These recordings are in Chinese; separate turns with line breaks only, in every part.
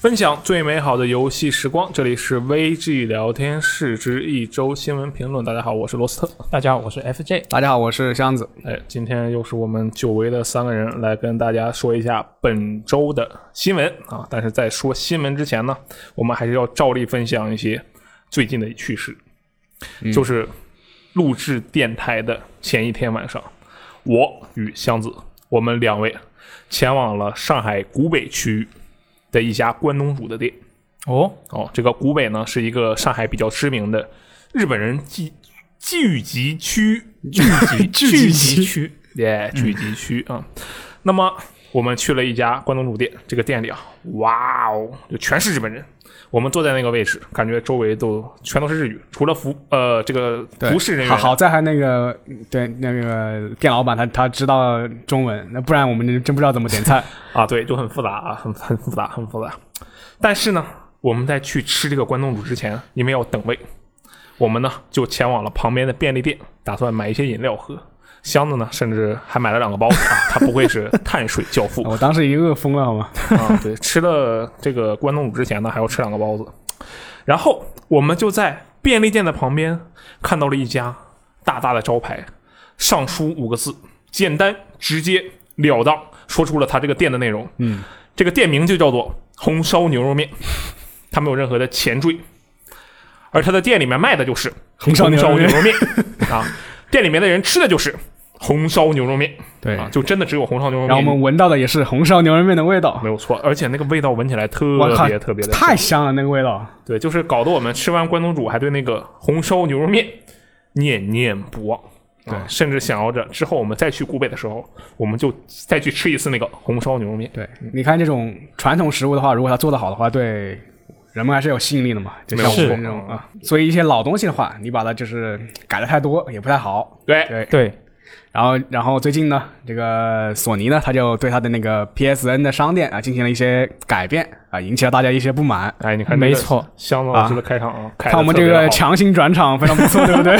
分享最美好的游戏时光，这里是 VG 聊天室之一周新闻评论。大家好，我是罗斯特。
大家好，我是 FJ。
大家好，我是箱子。
哎，今天又是我们久违的三个人来跟大家说一下本周的新闻啊。但是在说新闻之前呢，我们还是要照例分享一些最近的趣事，就是录制电台的前一天晚上，我与箱子，我们两位前往了上海古北区域的一家关东煮的店。
哦，
哦，这个古北呢是一个上海比较知名的日本人聚聚集区，聚集 聚集区，耶，聚集区啊、那么我们去了一家关东煮店，这个店里啊，哇哦，就全是日本人。我们坐在那个位置，感觉周围都全都是日语，除了服呃这个
对
服侍人员
好，好在还那个对那个店老板他他知道中文，那不然我们真不知道怎么 点菜。
啊，对，就很复杂啊，很很复杂，很复杂。但是呢，我们在去吃这个关东煮之前，因为要等位，我们呢就前往了旁边的便利店，打算买一些饮料喝。箱子呢，甚至还买了两个包子啊，他不愧是碳水 教父
我当时已经饿疯了，好吗？
啊！对，吃了这个关东煮之前呢，还要吃两个包子。然后我们就在便利店的旁边看到了一家大大的招牌，上书五个字，简单直接了当，说出了他这个店的内容。
嗯，
这个店名就叫做红烧牛肉面，它没有任何的前缀，而他的店里面卖的就是
红烧牛肉面
肉面 啊，店里面的人吃的就是红烧牛肉面
对。
啊，就真的只有红烧牛肉
然后我
面，
们闻到的也是红烧牛肉面的味道，
没有错，而且那个味道闻起来特
我靠
别特别的
太香了那个味道。
对，就是搞得我们吃完关东煮还对那个红烧牛肉面念念不忘。对，
啊
甚至想要着之后我们再去古北的时候，我们就再去吃一次那个红烧牛肉面。
对，你看这种传统食物的话，如果它做得好的话，对人们还是有吸引力的嘛。就像
没
我
有错
们这种啊，所以一些老东西的话，你把它就是改的太多也不太好。
对，
对，
对，
然后，然后最近呢，这个索尼呢，他就对他的那个 PSN 的商店啊进行了一些改变啊，引起了大家一些不满。
哎，你看，
没错，
箱子老师的开场啊，开得
嗯看我们这
特别
个
好
强行转场非常不 错，对不对？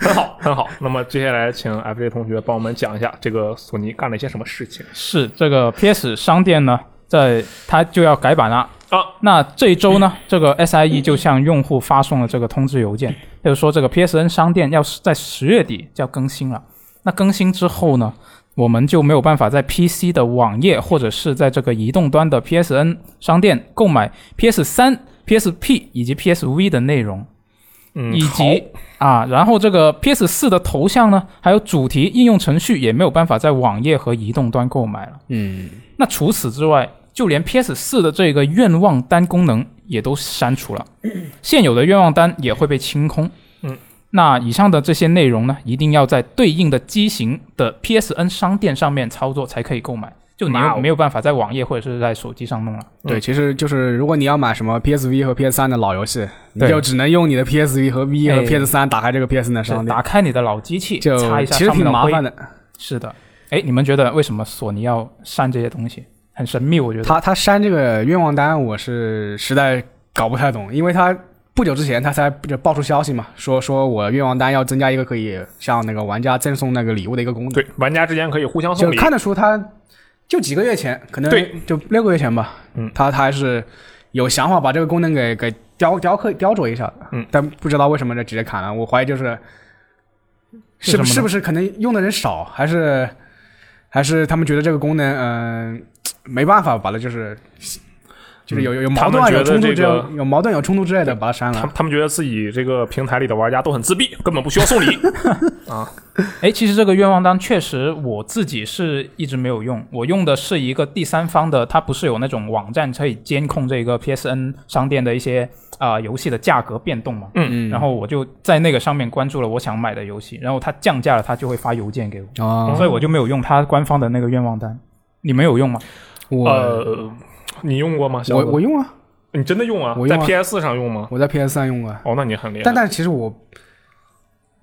很好，很 好。那么接下来请 FJ 同学帮我们讲一下这个索尼干了一些什么事情
是这个 PS 商店呢，在它就要改版了。
啊？
那这一周呢，这个 SIE 就向用户发送了这个通知邮件，就是说这个 PSN 商店要是在十月底就要更新了。那更新之后呢，我们就没有办法在 PC 的网页或者是在这个移动端的 PSN 商店购买 PS 3 PSP 以及 PSV 的内容。
嗯，
以
好
及啊，然后这个 PS 四的头像呢，还有主题应用程序也没有办法在网页和移动端购买了。
嗯，
那除此之外，就连 PS 四的这个愿望单功能也都删除 了，现有的愿望单也会被清空。
嗯，
那以上的这些内容呢，一定要在对应的机型的 PSN 商店上面操作才可以购买，就你
哇哦
没有办法在网页或者是在手机上弄了。
对，其实就是如果你要买什么 PSV 和 PS 3的老游戏，你
对
就只能用你的 PSV 和 V 和
哎
PS 3打开这个 PSN 的
是
商店，
打开你的老机器，
就
擦一下
其实
上面
挺
的
麻
灰
烦的。
是的，哎，你们觉得为什么索尼要删这些东西？很神秘，我觉得。
他他删这个愿望单，我是实在搞不太懂，因为他不久之前他才就爆出消息嘛，说说我愿望单要增加一个可以向那个玩家赠送那个礼物的一个功能，
对玩家之间可以互相
就
送礼，
看得出他就几个月前，可能
对
就六个月前吧，
嗯
他他还是有想法把这个功能给给雕雕刻雕琢一下的，
嗯，
但不知道为什么就直接砍了，我怀疑就是
是
是不
什么呢
是不是可能用的人少，还是还是他们觉得这个功能嗯、没办法把它就是。就是有有有矛盾啊，
他们觉
有
得
冲突
这
之
个
有矛盾有冲突之类的，把它删
他
了。
他们觉得自己这个平台里的玩家都很自闭，根本不需要送礼。
哎，其实这个愿望单确实我自己是一直没有用，我用的是一个第三方的，它不是有那种网站可以监控这个 PSN 商店的一些啊、游戏的价格变动嘛。
嗯
然后我就在那个上面关注了我想买的游戏，然后它降价了，它就会发邮件给我，
啊，
所以我就没有用它官方的那个愿望单。你们有用吗？
我
呃，你用过吗？小
我
子
我用啊，
你真的用啊？
我
在
用啊
PS 上用吗？
我在 PS 三用过啊。
哦，那你很厉害。
但但其实我，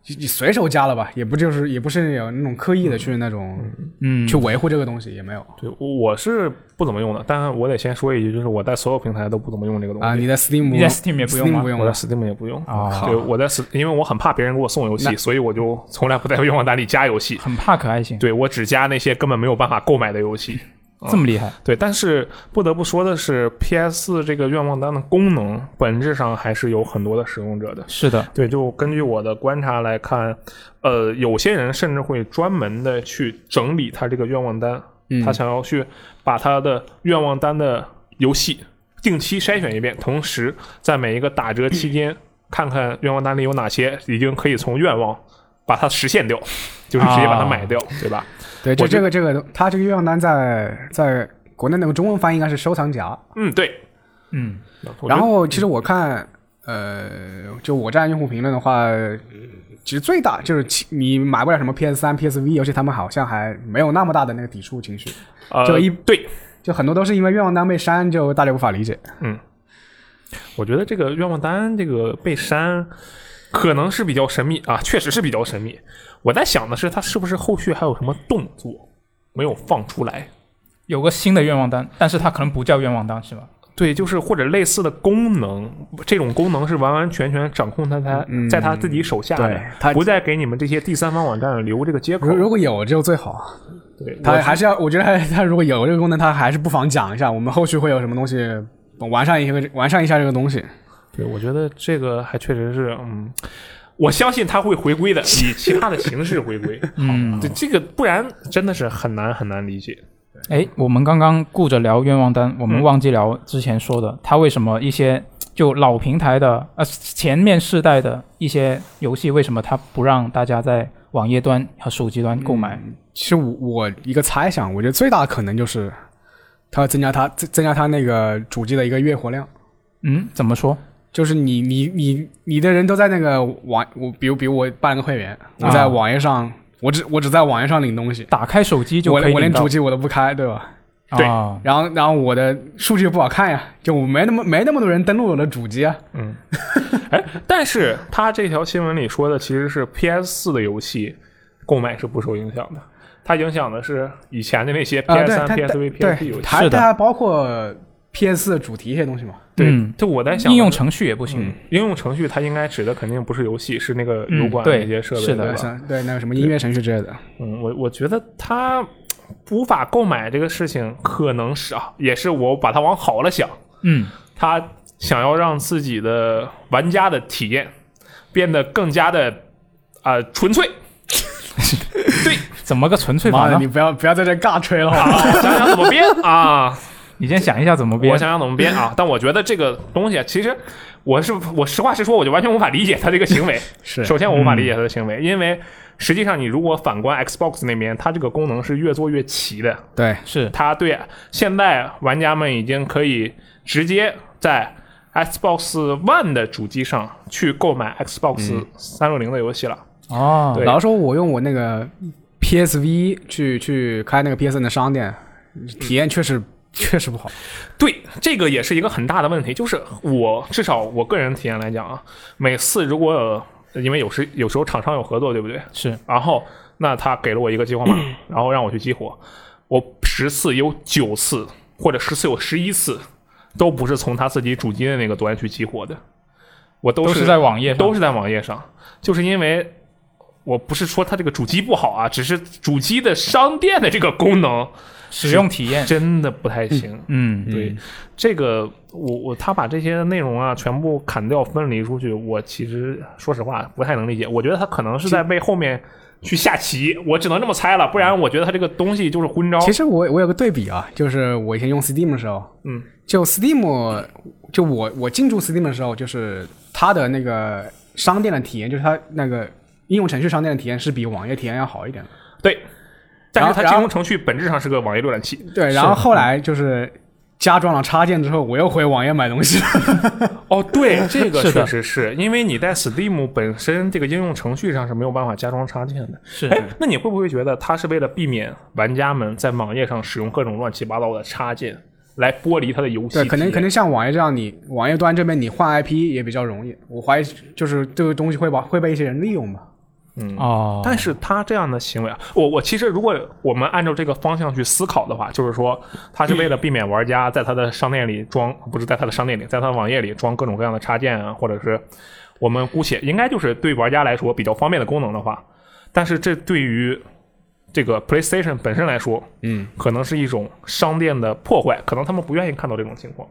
你你随手加了吧，也不就是也不是有那种刻意的去那种、
嗯
去维护这个东西，也没有
对，我我是不怎么用的，但我得先说一句，就是我在所有平台都不怎么用这个东西。
啊。你在 Steam
你在 Steam 也不用
Steam
吗
不用
我在
了
Steam 也不用
啊
对，我在 Steam，因为我很怕别人给我送游戏，
那
所以我就从来不在愿望单里加游戏。
很怕可爱性。
对我只加那些根本没有办法购买的游戏。啊
这么厉害，
对，但是不得不说的是，PS 这个愿望单的功能本质上还是有很多的使用者的。
是的，
对，就根据我的观察来看，呃，有些人甚至会专门的去整理他这个愿望单，
嗯
他想要去把他的愿望单的游戏定期筛选一遍，同时在每一个打折期间看看愿望单里有哪些已经可以从愿望把它实现掉，就是直接
啊
把它买掉，对吧？
对，就
我就
这个这个，它这个愿望单在在国内那个中文翻译应该是收藏夹。
嗯，对。
嗯，
我觉得
然后其实我看，呃，就我站用户评论的话，其实最大就是其你买不了什么 PS 三、PSV 游戏，他们好像还没有那么大的那个抵触情绪，
呃，
就一
对，
就很多都是因为愿望单被删，就大家无法理解。
我觉得这个愿望单这个被删，可能是比较神秘啊，确实是比较神秘。我在想的是，它是不是后续还有什么动作没有放出来？
有个新的愿望单，但是它可能不叫愿望单，是吗？
对，就是或者类似的功能，这种功能是完完全全掌控在他、
嗯
在他自己手下
对
的，
它
不再给你们这些第三方网站留这个接口
如。如果有就最好，
对，
它
我
还是要，我觉得它它如果有这个功能，它还是不妨讲一下，我们后续会有什么东西完善一个完善一下这个东西。
对我觉得这个还确实是，嗯，我相信他会回归的，以其他的形式回 归。
嗯，
对，这个不然真的是很难很难理解。
哎，我们刚刚顾着聊愿望单，我们
嗯
忘记聊之前说的，它为什么一些就老平台的呃前面世代的一些游戏，为什么它不让大家在网页端和手机端购买？
嗯
其实我我一个猜想，我觉得最大可能就是它要增加它增增加它那个主机的一个月活量。
嗯，怎么说？
就是你你你你的人都在那个网，我比如比如我办了个会员，我在
啊
网页上，我只我只在网页上领东西，
打开手机就
我
可以
我连
领到
主机我都不开，对吧？
对
啊，
然后然后我的数据又不好看呀，就我没那么没那么多人登录我的主机啊，
嗯，哎，但是他这条新闻里说的其实是 PS 四的游戏购买是不受影响的，它影响的是以前的那些
啊
PS
对
三、
它
PSV、PSP 游戏。
对，它
是的
它还包括 PS 主题一些东西嘛，
对，
嗯
就我在想，嗯
应用程序也不行。
应用程序它应该指的肯定不是游戏，是那个
嗯
油管
对
那些设备，
是的
对
对
吧？
呃像对那个什么音乐程序之类的，
嗯，我我觉得他无法购买这个事情，可能是啊，也是我把它往好了想，
嗯，
他想要让自己的玩家的体验变得更加的啊、呃纯粹。
怎么个纯粹法
妈的，
呢？
你不要不要在这尬吹了，好吧
啊，我想想怎么编啊，
你先想一下怎么编
我。想想怎么编啊。但我觉得这个东西，啊其实我是我实话实说，我就完全无法理解他这个行为。
是
首先我无法理解他的行为，因为实际上你如果反观 Xbox 那边，它这个功能是越做越齐的，
对
是
它对现在玩家们已经可以直接在 Xbox One 的主机上去购买 Xbox 三六零的游戏了。
哦，
对
老实说，我用我那个 PSV 去去开那个 PSN 的商店，体验确实确实不好。
对，这个也是一个很大的问题，就是我至少我个人体验来讲啊，每次如果有因为有时有时候厂商有合作，对不对？
是
然后那他给了我一个激 活码，然后让我去激活，我十次有九次或者十次有十一次都不是从他自己主机的那个端去激活的，我都
都是在网页上
都是在网页上，就是因为。我不是说它这个主机不好啊，只是主机的商店的这个功能
使用体验。
真的不太行。
嗯，
对，这个我我他把这些内容啊全部砍掉分离出去，我其实说实话不太能理解。我觉得他可能是在为后面去下棋，我只能这么猜了，不然我觉得他这个东西就是昏招。
其实我我有个对比啊，就是我以前用 Steam 的时候，
嗯，
就 Steam，就我我进驻 Steam 的时候，就是它的那个商店的体验，就是它那个应用程序商店的体验是比网页体验要好一点的。
对，但是它
然后
金融程序本质上是个网页浏览器。
对，然后后
嗯
来就是加装了插件之后，我又回网页买东西了。
哦，对， 这个
是的
确实是因为你在 Steam 本身这个应用程序上是没有办法加装插件的。
是
哎，那你会不会觉得它是为了避免玩家们在网页上使用各种乱七八糟的插件，来剥离它的游戏体
对，
验？
可能可能像网页这样，你网页端这边你换 IP 也比较容易。我怀疑就是这个东西会把会被一些人利用吧。
哦，
嗯但是他这样的行为啊，我我其实如果我们按照这个方向去思考的话，就是说他是为了避免玩家在他的商店里装，不是在他的商店里，在他的网页里装各种各样的插件啊，或者是我们姑且应该就是对玩家来说比较方便的功能的话，但是这对于这个 PlayStation 本身来说，
嗯，
可能是一种商店的破坏，可能他们不愿意看到这种情况，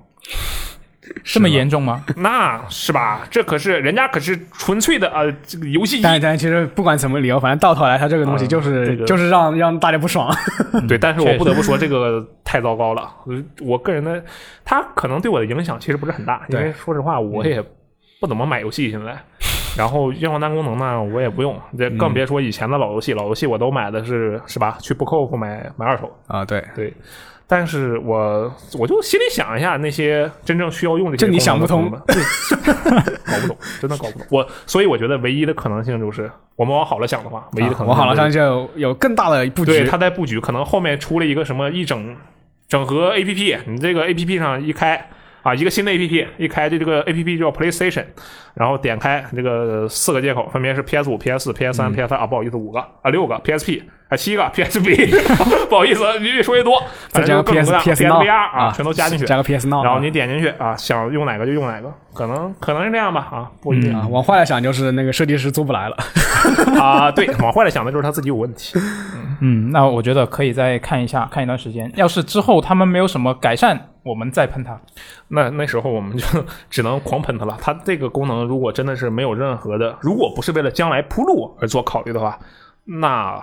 这么严重吗？
那是吧？这可是人家可是纯粹的呃，这个游戏机
但但其实不管什么理由，反正到头来它这个东西
嗯
就是、
这个
就是让让大家不爽。
对，但是我
确
不得不说，这个太糟糕了。呃我个人的，他可能对我的影响其实不是很大，因
对嗯
为说实话，我也不怎么买游戏现在。然后愿望单功能呢，我也不用，这更
嗯
别说以前的老游戏，老游戏我都买的是是吧？去 b o o k 买买二手，
啊，对，
对。但是我我就心里想一下，那些真正需要用这些
这你
功能的
想不
朋友们，对 搞不懂，真的搞不懂。我所以我觉得唯一的可能性就是，我们往好了想的话，唯一的可能性、
我啊好了，像就有更大的布
对，
局。
他在布局，可能后面出了一个什么一整整合 APP，你这个 APP 上一开啊，一个新的 APP 一开，就这个 APP 叫 PlayStation，然后点开这个四个接口，分别是 PS 五、PS 四、PS 三、
嗯
PS 啊，不好意思，五个啊，六个 PSP 啊，七个 PSV，不好 意思，越说越多，
再
反
加
正就
个
各种
PS
各样
PS Now
PSVR 啊，全都加进去。
加个 PS Now，
然后你点进去啊，想用哪个就用哪个，可能可能是这样吧啊，不一定、
啊，往坏了想就是那个设计师做不来了。嗯
啊。对，往坏了想的就是他自己有问题。
嗯，那我觉得可以再看一下，看一段时间。要是之后他们没有什么改善，我们再喷它。
那那时候我们就 只能狂喷它了。它这个功能如果真的是没有任何的，如果不是为了将来铺路而做考虑的话，那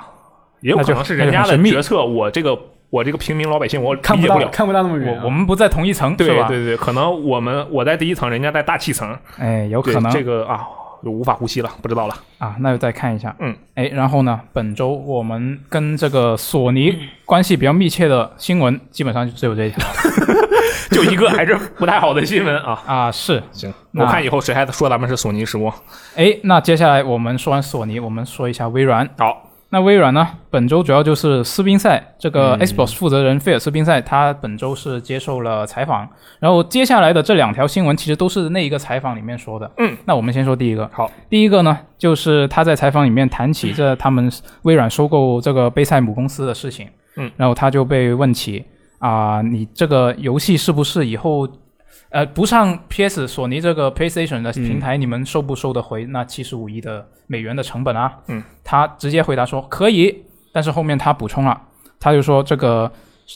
也有
那
可
就
能是人
那
家
就很
的
神秘
决策。我这个我这个平民老百姓我
看
理
不
解不
到，
了。
看不到那么远、啊
我我们不在同一层，
啊对
是吧？
对对，可能我们我在第一层，人家在大气层，
哎，有
对
可能、
这个啊就无法呼吸了，不知道 了。
啊，那就再看一下。
嗯，
哎，然后呢，本周我们跟这个索
嗯
尼关系比较密切的新闻，基本上就只有这一条
就一个还是不太好的新闻啊。
啊。是，
行，
那
我看以后谁还说咱们是索尼时光。
哎，那接下来我们说完索尼，我们说一下微软。
好，
那微软呢，本周主要就是斯宾塞这个 Xbox 负责人菲尔斯宾塞，他本周是接受了采访，然后接下来的这两条新闻其实都是那一个采访里面说的。
嗯，
那我们先说第一个。
好，
第一个呢，就是他在采访里面谈起这他们微软收购这个贝塞姆公司的事情。
嗯，
然后他就被问起啊、你这个游戏是不是以后？呃，不上 PS 索尼这个 PlayStation 的平台，你们收不收得回那七十五亿的美元的成本啊？
嗯，
他直接回答说可以，但是后面他补充了，他就说这个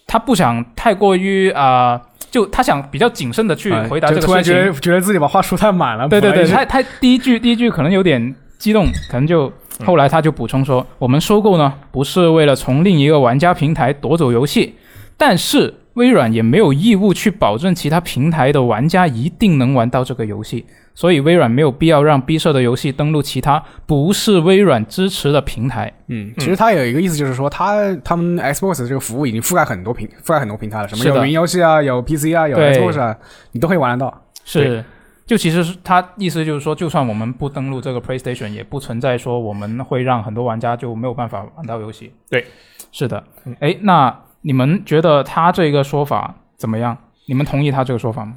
他不想太过于啊、就他想比较谨慎的去
哎
回答
就
这个
突然
事情。
觉得觉得自己把话说太满了。
对对
本来
对，
就是
他他第一句第一句可能有点激动，可能就后来他就补充说，我们收购呢不是为了从另一个玩家平台夺走游戏，但是微软也没有义务去保证其他平台的玩家一定能玩到这个游戏，所以微软没有必要让 B 社的游戏登录其他不是微软支持的平台。
嗯，其实它有一个意思，就是说它他们 Xbox 的这个服务已经覆盖很多平覆盖很多平台了，什么
是的
有云游戏啊，有 PC 啊，有
对
Xbox 啊，你都可以玩得到。
是，就其实是他意思就是说，就算我们不登录这个 PlayStation，也不存在说我们会让很多玩家就没有办法玩到游戏。
对，
是的。哎，那你们觉得他这个说法怎么样？你们同意他这个说法吗？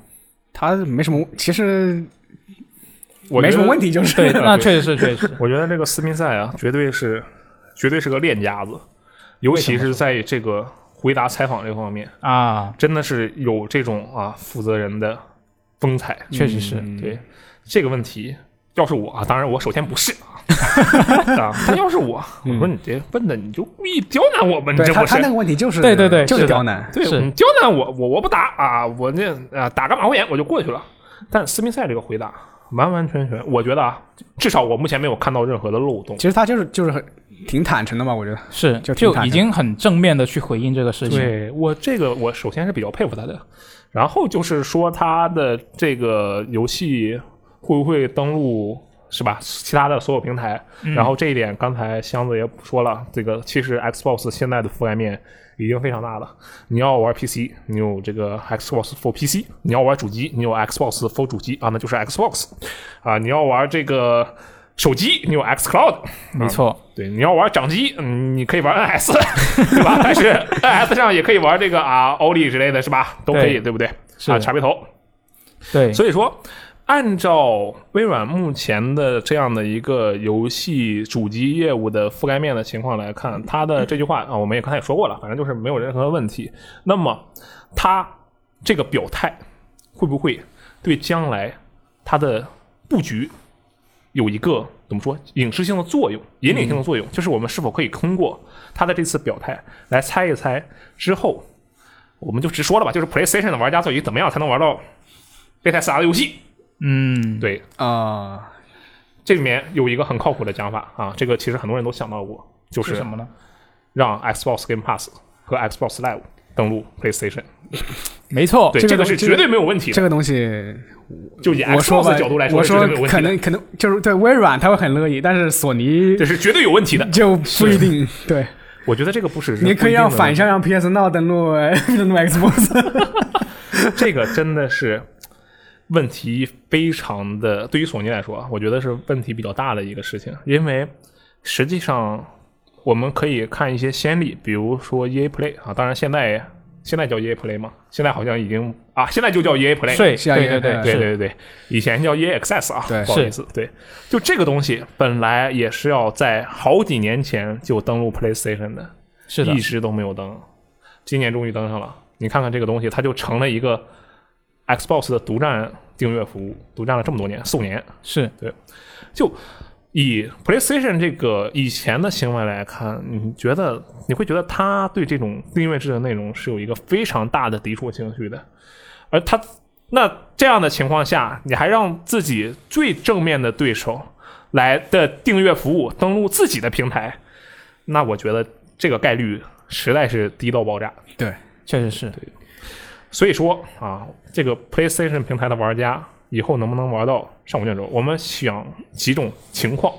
它没什么，其实
我
没什么问
题。
题，就是
对，那啊确实是，确实是。
我觉得这个斯宾塞啊，绝对是，绝对是个练家子，尤其是在这个回答采访这方面，
啊，
真的是有这种啊负责人的风采。
嗯
确实是。
对这个问题，要是我啊，当然我首先不 是啊，啊，但要是我，我说你这问的你就故意刁难我们，你
对
这
他
不
他那
是？
个问题就是
对对对
就是是
的
刁难。
对
是
你刁难我，我我不答啊，我那啊打个马虎眼我就过去了。但斯宾塞这个回答完完全全，我觉得啊，至少我目前没有看到任何的漏洞。
其实他就是就是很挺坦诚的嘛，我觉得。
是，
就挺
就
坦
已
诚
经很正面的去回应这个事情。
对我这个，我首先是比较佩服他的，然后就是说他的这个游戏会不会登录是吧？其他的所有平台，然后这一点刚才箱子也说了，这个其实 Xbox 现在的覆盖面已经非常大了。你要玩 PC，你有这个 Xbox for PC；你要玩主机，你有 Xbox for 主机啊，那就是 Xbox 啊。你要玩这个手机，你有 XCloud，
没错，
对，你要玩掌机，嗯，你可以玩 NS，对 吧？但是 NS 上也可以玩这个啊，欧力之类的是吧？都可以，
对
对不对？
是
啊，茶杯头。
对，
所以说，按照微软目前的这样的一个游戏主机业务的覆盖面的情况来看，它的这句话啊，我们也刚才也说过了，反正就是没有任何问题。那么，它这个表态会不会对将来它的布局有一个怎么说影视性的作用、引领性的作用，就是我们是否可以通过他的这次表态来猜一猜之后，我们就直说了吧，就是 PlayStation 的玩家到底怎么样才能玩到贝塞斯达的游戏？
嗯，
对，
啊，
这里面有一个很靠谱的讲法啊，这个其实很多人都想到过，就是是
什么呢？
让 Xbox Game Pass 和 Xbox Live 登录 PlayStation，
没错，
对，
这个
是
这个
绝对没有问题的。
这个东西
就以
我说
Xbox
吧，
的角度来
我
是绝
说
对没有问
可
题的，
能可能就是对微软他会很乐意，但是索尼
这是绝对有问题的。
就不 一定。对，
我觉得这个不是
嗯你可以让反向让 PS Now 登录 登录 Xbox。
这个真的是问题非常的，对于索尼来说，啊我觉得是问题比较大的一个事情，因为实际上我们可以看一些先例，比如说 EA Play 啊，当然现在现在叫 EA Play 嘛，现在好像已经啊，现在就叫 EA Play，
税，
下一
对
个
对对
对
是
对对对，以前叫 EA Access 啊，
对
不好意思，对，就这个东西本来也是要在好几年前就登陆 PlayStation 的，
是的
一，直都没有登，今年终于登上了。你看看这个东西，它就成了一个 Xbox 的独占订阅服务，独占了这么多年，四五年。
是
就以 PlayStation 这个以前的行为来看，你觉得你会觉得它对这种订阅制的内容是有一个非常大的抵触情绪的，而它那这样的情况下，你还让自己最正面的对手来的订阅服务登录自己的平台，那我觉得这个概率实在是低到爆炸。
对，
确实是，
所以说啊，这个 PlayStation 平台的玩家以后能不能玩到上古卷轴？我们想几种情况。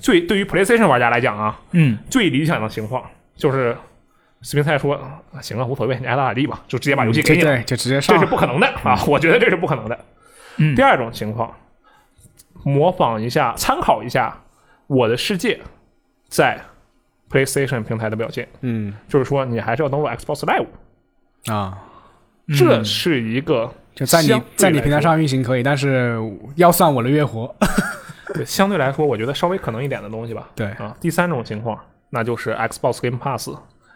最对于 PlayStation 玩家来讲啊，
嗯，
最理想的情况就是，斯宾塞说：“啊行啊，无所谓，你爱咋咋地吧，就直接把游戏给
对
你了。
对，嗯就直接
这
上
是。不可能的啊！我觉得这是不可能的。
嗯
第二种情况，模仿一下，参考一下《我的世界》在 PlayStation 平台的表现，
嗯
就是说你还是要登录 Xbox Live，
啊，
嗯
这是一个
就在你
相对
在你
来
平台
说
上运行可以，但是要算我的月活。
对，相对来说，我觉得稍微可能一点的东西吧。
对
啊，第三种情况，那就是 Xbox Game Pass，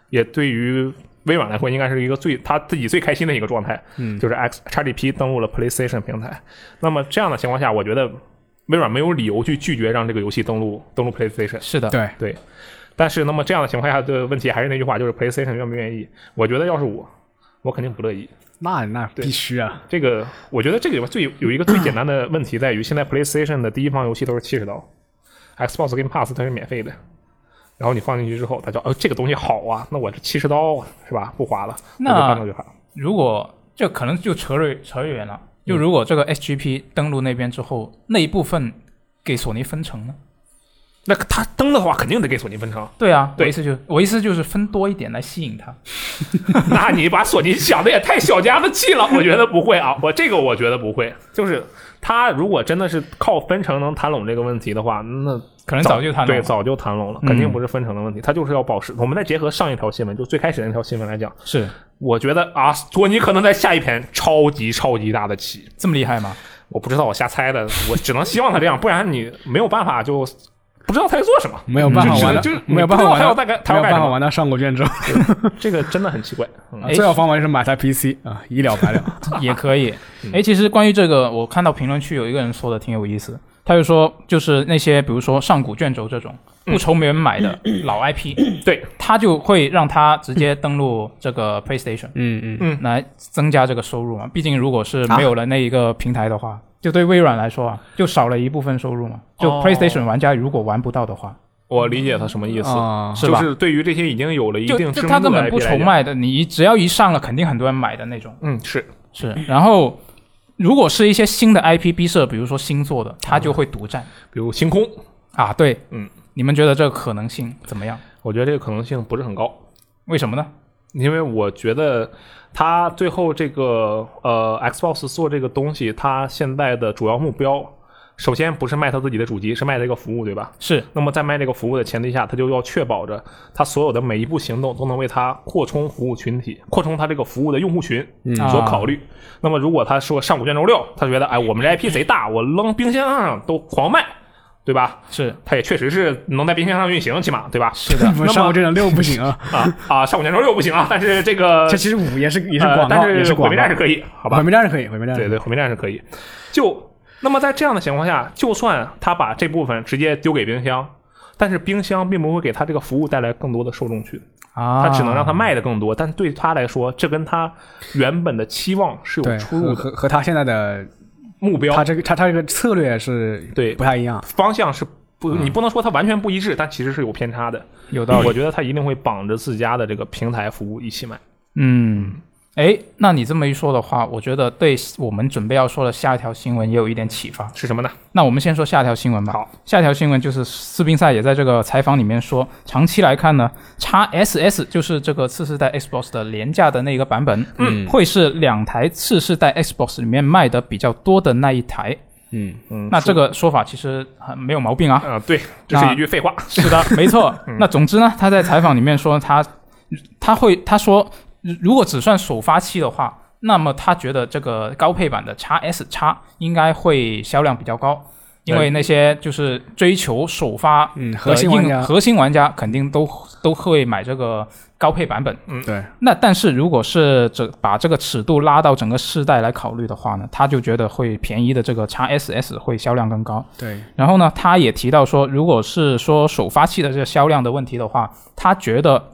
也对于微软来说，应该是一个最他自己最开心的一个状态，
嗯
就是 X XGP 登陆了 PlayStation 平台。那么这样的情况下，我觉得微软没有理由去拒绝让这个游戏登陆登陆 PlayStation。
是的，
对，
对，但是那么这样的情况下的问题还是那句话，就是 PlayStation 愿不愿意？我觉得要是我，我肯定不乐意。
那那
对
必须啊。
这个我觉得这个里面最有一个最简单的问题在于，现在 PlayStation 的第一方游戏都是七十刀，Xbox Game Pass 它是免费的。然后你放进去之后，他就哦，这个东西好啊，那我这七十刀是吧？不花了，我
那
就换个就好。
如果这可能就扯远扯远了，就如果这个 SGP 登陆那边之后，那一部分给索尼分成呢？
那他登的话，肯定得给索尼分成。
对啊，
对
我意思就我意思就是分多一点来吸引他。
那你把索尼想的也太小家子气了，我觉得不会啊，我这个我觉得不会。就是他如果真的是靠分成能谈拢这个问题的话，那
可能早就谈拢
对，
了
早就谈拢了，肯定不是分成的问题，他就是要保持。我们再结合上一条新闻，就最开始那条新闻来讲，
是
我觉得啊，索尼可能在下一盘超级超级大的棋，
这么厉害 吗？
我不知道，我瞎猜的，我只能希望他这样，不然你没有办法就不知道他在做什么。
没有办法
就
玩
是
到
就是，
没有办法玩
他要
到，
大概他
没
要干
有办
什
法
么？
玩到上古卷轴。啊
这个真的很奇怪。嗯
哎
最好方法就是买台 PC 啊，一了 百了。
也可以。
嗯
哎，其实关于这个，我看到评论区有一个人说的挺有意思，他就说，就是那些比如说上古卷轴这种
嗯
不愁没人买的老 IP，
对，
他就会让他直接登录这个 PlayStation
嗯嗯
来增加这个收入嘛。毕竟如果是
啊
没有了那一个平台的话，就对微软来说啊，就少了一部分收入嘛。就
哦
PlayStation 玩家如果玩不到的话，
我理解他什么意思。
啊，
是
就
吧？
是对于这些已经有了一
就
定知
就
名
他
度
根
的 IP
本不愁
来讲，
卖的，你只要一上了，肯定很多人买的那种。
嗯，是
是，然后如果是一些新的 IP 逼社，比如说新做的，它就会独占、
比如星空，
啊。对，
嗯，
你们觉得这个可能性怎么样？
我觉得这个可能性不是很高，
为什么呢？
因为我觉得他最后这个呃 Xbox 做这个东西，它现在的主要目标，首先不是卖他自己的主机，是卖这个服务，对吧？
是
那么在卖这个服务的前提下，他就要确保着他所有的每一步行动都能为他扩充服务群体、扩充他这个服务的用户群
嗯
所考虑。那么如果他说上古卷轴六，他觉得哎我们这 IP 贼大，我扔冰箱上都狂卖，对吧？
是
它也确实是能在冰箱上运行，起码对吧？
是的，
那么
上古卷轴六不行啊，
啊啊，上古卷轴六不行啊，但是这个
这其实五也是也是
呃
广告，
但
也
是
是
毁
广
灭
告
战是。可以，好
毁
吧？
嗯
灭战是可以，毁灭战是
对对，毁灭战是可以。就那么在这样的情况下，就算他把这部分直接丢给冰箱，但是冰箱并不会给他这个服务带来更多的受众群，
啊，
他只能让他卖的更多。但是对他来说，这跟他原本的期望是有
对，
出入的，
和和和他现在的
目标
他这个他他这个策略是
对
不太一样，
方向是不，你不能说它完全不一致，但其实是有偏差的。
嗯有道理。
我觉得他一定会绑着自家的这个平台服务一起买。
嗯，哎，那你这么一说的话，我觉得对我们准备要说的下一条新闻也有一点启发。
是什么呢？
那我们先说下一条新闻吧。
好，
下一条新闻就是斯宾塞也在这个采访里面说，长期来看呢，x SS 就是这个次世代 Xbox 的廉价的那一个版本，
嗯
会是两台次世代 Xbox 里面卖的比较多的那一台。
嗯，
嗯
那这个说法其实很没有毛病啊。
啊、对，这是一句废话。
是的， 没错。
嗯
那总之呢，他在采访里面说他，他会他说，如如果只算首发期的话，那么他觉得这个高配版的 x S x 应该会销量比较高，因为那些就是追求首发
呃
嗯，核
的
心
硬
玩家，
核心玩家肯定都都会买这个高配版本。
对，
那但是如果是整把这个尺度拉到整个世代来考虑的话呢，他就觉得会便宜的这个 x SS 会销量更高。
对，
然后呢，他也提到说，如果是说首发期的这个销量的问题的话，他觉得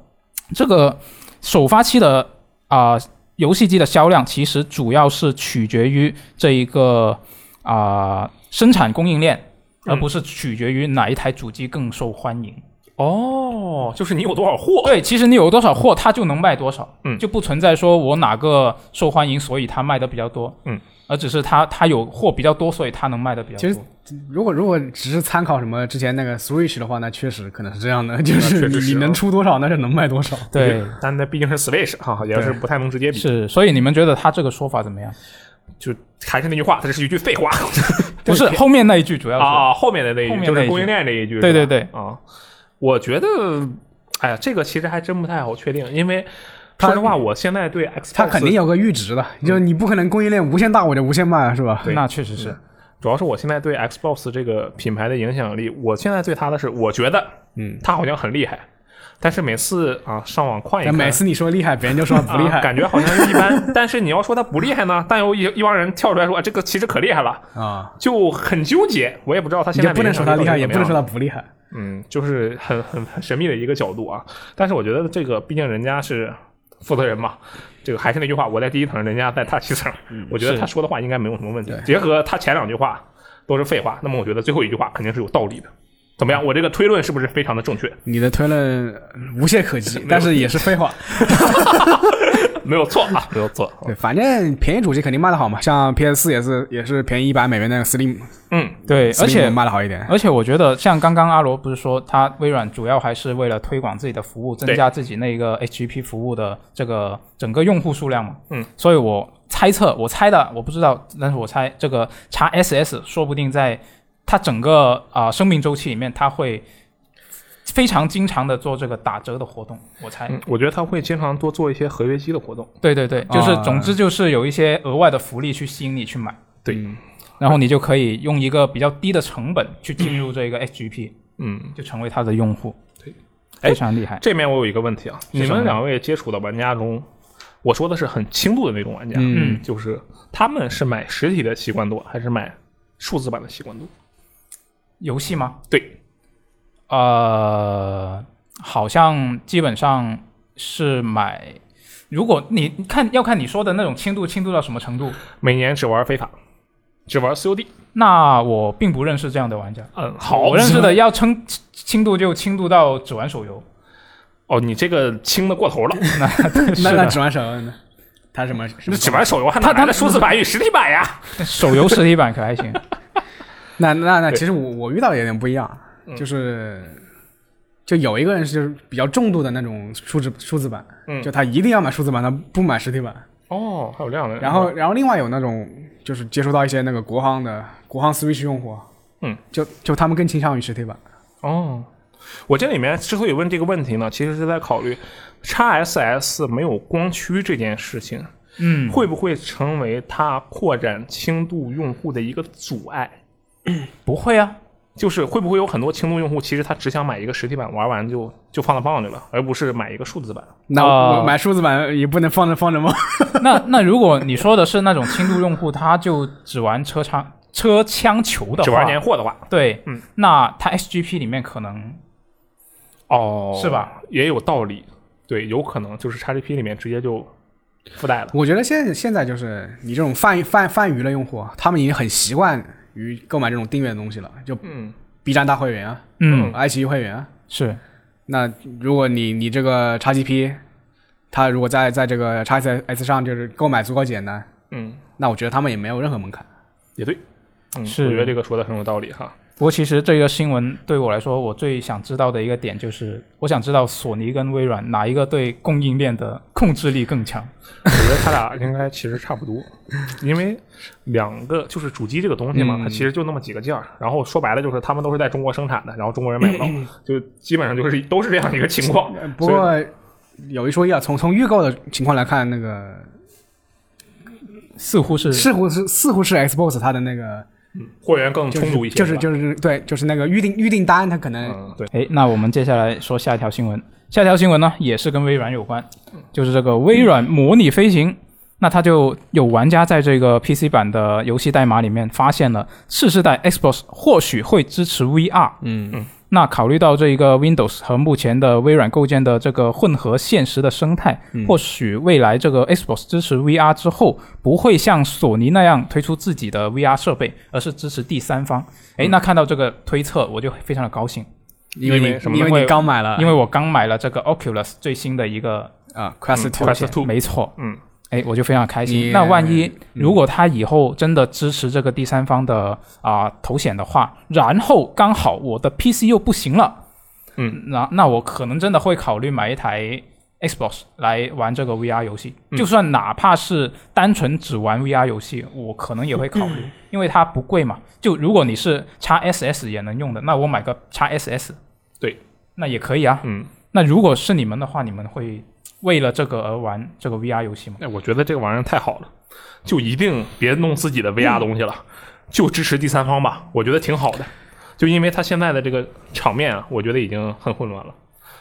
这个首发期的啊、游戏机的销量其实主要是取决于这一个啊、生产供应链，
嗯
而不是取决于哪一台主机更受欢迎。
哦，就是你有多少货？
对，其实你有多少货，它就能卖多少，
嗯
就不存在说我哪个受欢迎，所以它卖的比较多，
嗯，
而只是它它有货比较多，所以它能卖的比较
其
多。
实如果如果只是参考什么之前那个 Switch 的话，那确实可能是这样的， 就
确
是
实
你
是啊哦
你能出多少，那就能卖多少。
对，，
但那毕竟是 Switch 哈，也是
对
不太能直接比。
是，所以你们觉得他这个说法怎么样？
就还是那句话，它这是一句废话
不是后面那一句主要是，
啊。后面的那一
后
句
面
就
那一
是
句
供应链这一句，
对
是吧
对对
啊。我觉得，哎呀，这个其实还真不太好确定，因为说实话，我现在对 X
它肯定有个阈值的，
嗯
就是你不可能供应链无限大我就无限卖，是吧？
那确实是，
主要是我现在对 Xbox 这个品牌的影响力，我现在对它的是，我觉得，
嗯，
它好像很厉害，但是每次啊上网看一
但
看，
每次你说厉害，别人就说不厉
啊
害
感觉好像一般。 但是你要说它不厉害呢，但有一一帮人跳出来说、啊这个其实可厉害了，
啊，
就很纠结。我也不知道它
你
现在
就不能说它厉害，也不能说
它
它不厉害。
嗯，就是很很很神秘的一个角度啊。但是我觉得这个毕竟人家是负责人嘛。这个还是那句话，我在第一层，人家在大气层。
嗯
我觉得
是
他说的话应该没有什么问题。结合他前两句话都是废话，那么我觉得最后一句话肯定是有道理的。怎么样？我这个推论是不是非常的正确？
你的推论呃无懈 可击，但是也是废话。
没有错啊，没有错。
对，反正便宜主机肯定卖的好嘛，像 PS 四也是也是便宜一百美元那个 Slim，
嗯，
对，而
Slim
且
卖的好 一点。
而且我觉得像刚刚阿罗不是说，他微软主要还是为了推广自己的服务，增加自己那个 HGP 服务的这个整个用户数量嘛，
嗯，
所以我猜测，我猜的，我不知道，但是我猜这个 x SS 说不定在它整个啊、生命周期里面，它会非常经常的做这个打折的活动，我猜。
嗯我觉得他会经常多做一些合约机的活动。
对对对，就是
啊
总之就是有一些额外的福利去吸引你去买，
对
嗯
然后你就可以用一个比较低的成本去进入这个 HGP，
嗯，
就成为它的用户。
对，哎
非常厉害。
这面我有一个问题啊，
是什
你
么
们两位接触的玩家中，我说的是很轻度的那种玩家，
嗯，
就是他们是买实体的习惯多，还是买数字版的习惯多？
游戏吗？
对，
呃，好像基本上是买。如果你你看要看你说的那种轻度轻度到什么程度，
每年只玩非法，只玩 COD。
那我并不认识这样的玩家。
嗯，好，
我认识的要称轻度就轻度到只玩 手游，
哦，你这个轻的过头了，
那那只玩手游呢？它什么？什
那
么
只玩手游还
他
哪
他
来的数字版与实体版呀？
手游实体版可还行。
那那那，其实我我遇到的有点不一样，
嗯
就是就有一个人是就是比较重度的那种数字数字版，
嗯
就他一定要买数字版，他不买实体版。
哦，还有这样的人，
然后然后另外有那种就是接触到一些那个国行的国行 Switch 用户，
嗯，
就就他们更倾向于实体版。
哦，我这里面之所以问这个问题呢，其实是在考虑 x SS 没有光驱这件事情，
嗯，
会不会成为它扩展轻度用户的一个阻碍？
不会啊，
就是会不会有很多轻度用户，其实他只想买一个实体版，玩完就就放到放里了，而不是买一个数字版。
那
啊
我买数字版也不能放着放着吗？
那那如果你说的是那种轻度用户，他就只玩车叉车枪球的
只玩
话，
年货的话，
对，
嗯，
那它 SGP 里面可能
哦
是？吧？
也有道理，对，有可能就是 XGP 里面直接就附带了。
我觉得现现在就是你这种泛泛泛娱的用户，他们已经很习惯于购买这种订阅的东西了，就
嗯，
B 站大会员啊，
嗯，
爱奇艺会员啊。
是
那如果你你这个 XGP，它如果在在这个 XS 上就是购买足够简单，
嗯，
那我觉得他们也没有任何门槛。
也对。嗯，
是
我觉得这个说的很有道理哈。
不过其实这个新闻对我来说，我最想知道的一个点就是，我想知道索尼跟微软哪一个对供应链的控制力更强。
我觉得他俩应该其实差不多，因为两个就是主机这个东西嘛，
嗯
它其实就那么几个件儿。然后说白了就是他们都是在中国生产的，然后中国人买不到，
嗯
就基本上就是都是这样一个情况。
不过有一说一啊，从从预购的情况来看，那个
似乎是
似乎是似乎是 Xbox 它的那个
货源嗯更充足一些，
就是
吧
就是对，就是那个预定预订单，它可能、
嗯，对，
诶，那我们接下来说下一条新闻。下一条新闻呢，也是跟微软有关，就是这个微软模拟飞行。那它就有玩家在这个 PC 版的游戏代码里面发现了次世代 Xbox 或许会支持 VR。
嗯
那考虑到这一个 Windows 和目前的微软构建的这个混合现实的生态，或许未来这个 Xbox 支持 VR 之后，不会像索尼那样推出自己的 VR 设备，而是支持第三方。诶，那看到这个推测，我就非常的高兴。
因为
因
你
为什么
因
因
为
为
你刚买了，
因为我刚买了这个 Oculus 最新的一个
啊 Quest
嗯
Two，、
Quest 2
没错，
嗯，
哎，我就非常开
你
心。那万一如果它以后真的支持这个第三方的啊、头显的话，然后刚好我的 PC 又不行了，
嗯，
那那我可能真的会考虑买一台 Xbox 来玩这个 VR 游戏，
嗯
就算哪怕是单纯只玩 VR 游戏，我可能也会考
嗯
虑，因为它不贵嘛。就如果你是 x SS 也能用的，那我买个 x SS，
对，
那也可以啊。
嗯，
那如果是你们的话，你们会为了这个而玩这个 VR 游戏吗？
哎，我觉得这个玩意儿太好了，就一定别弄自己的 VR 东西了，就支持第三方吧，我觉得挺好的。就因为它现在的这个场面啊，我觉得已经很混乱了。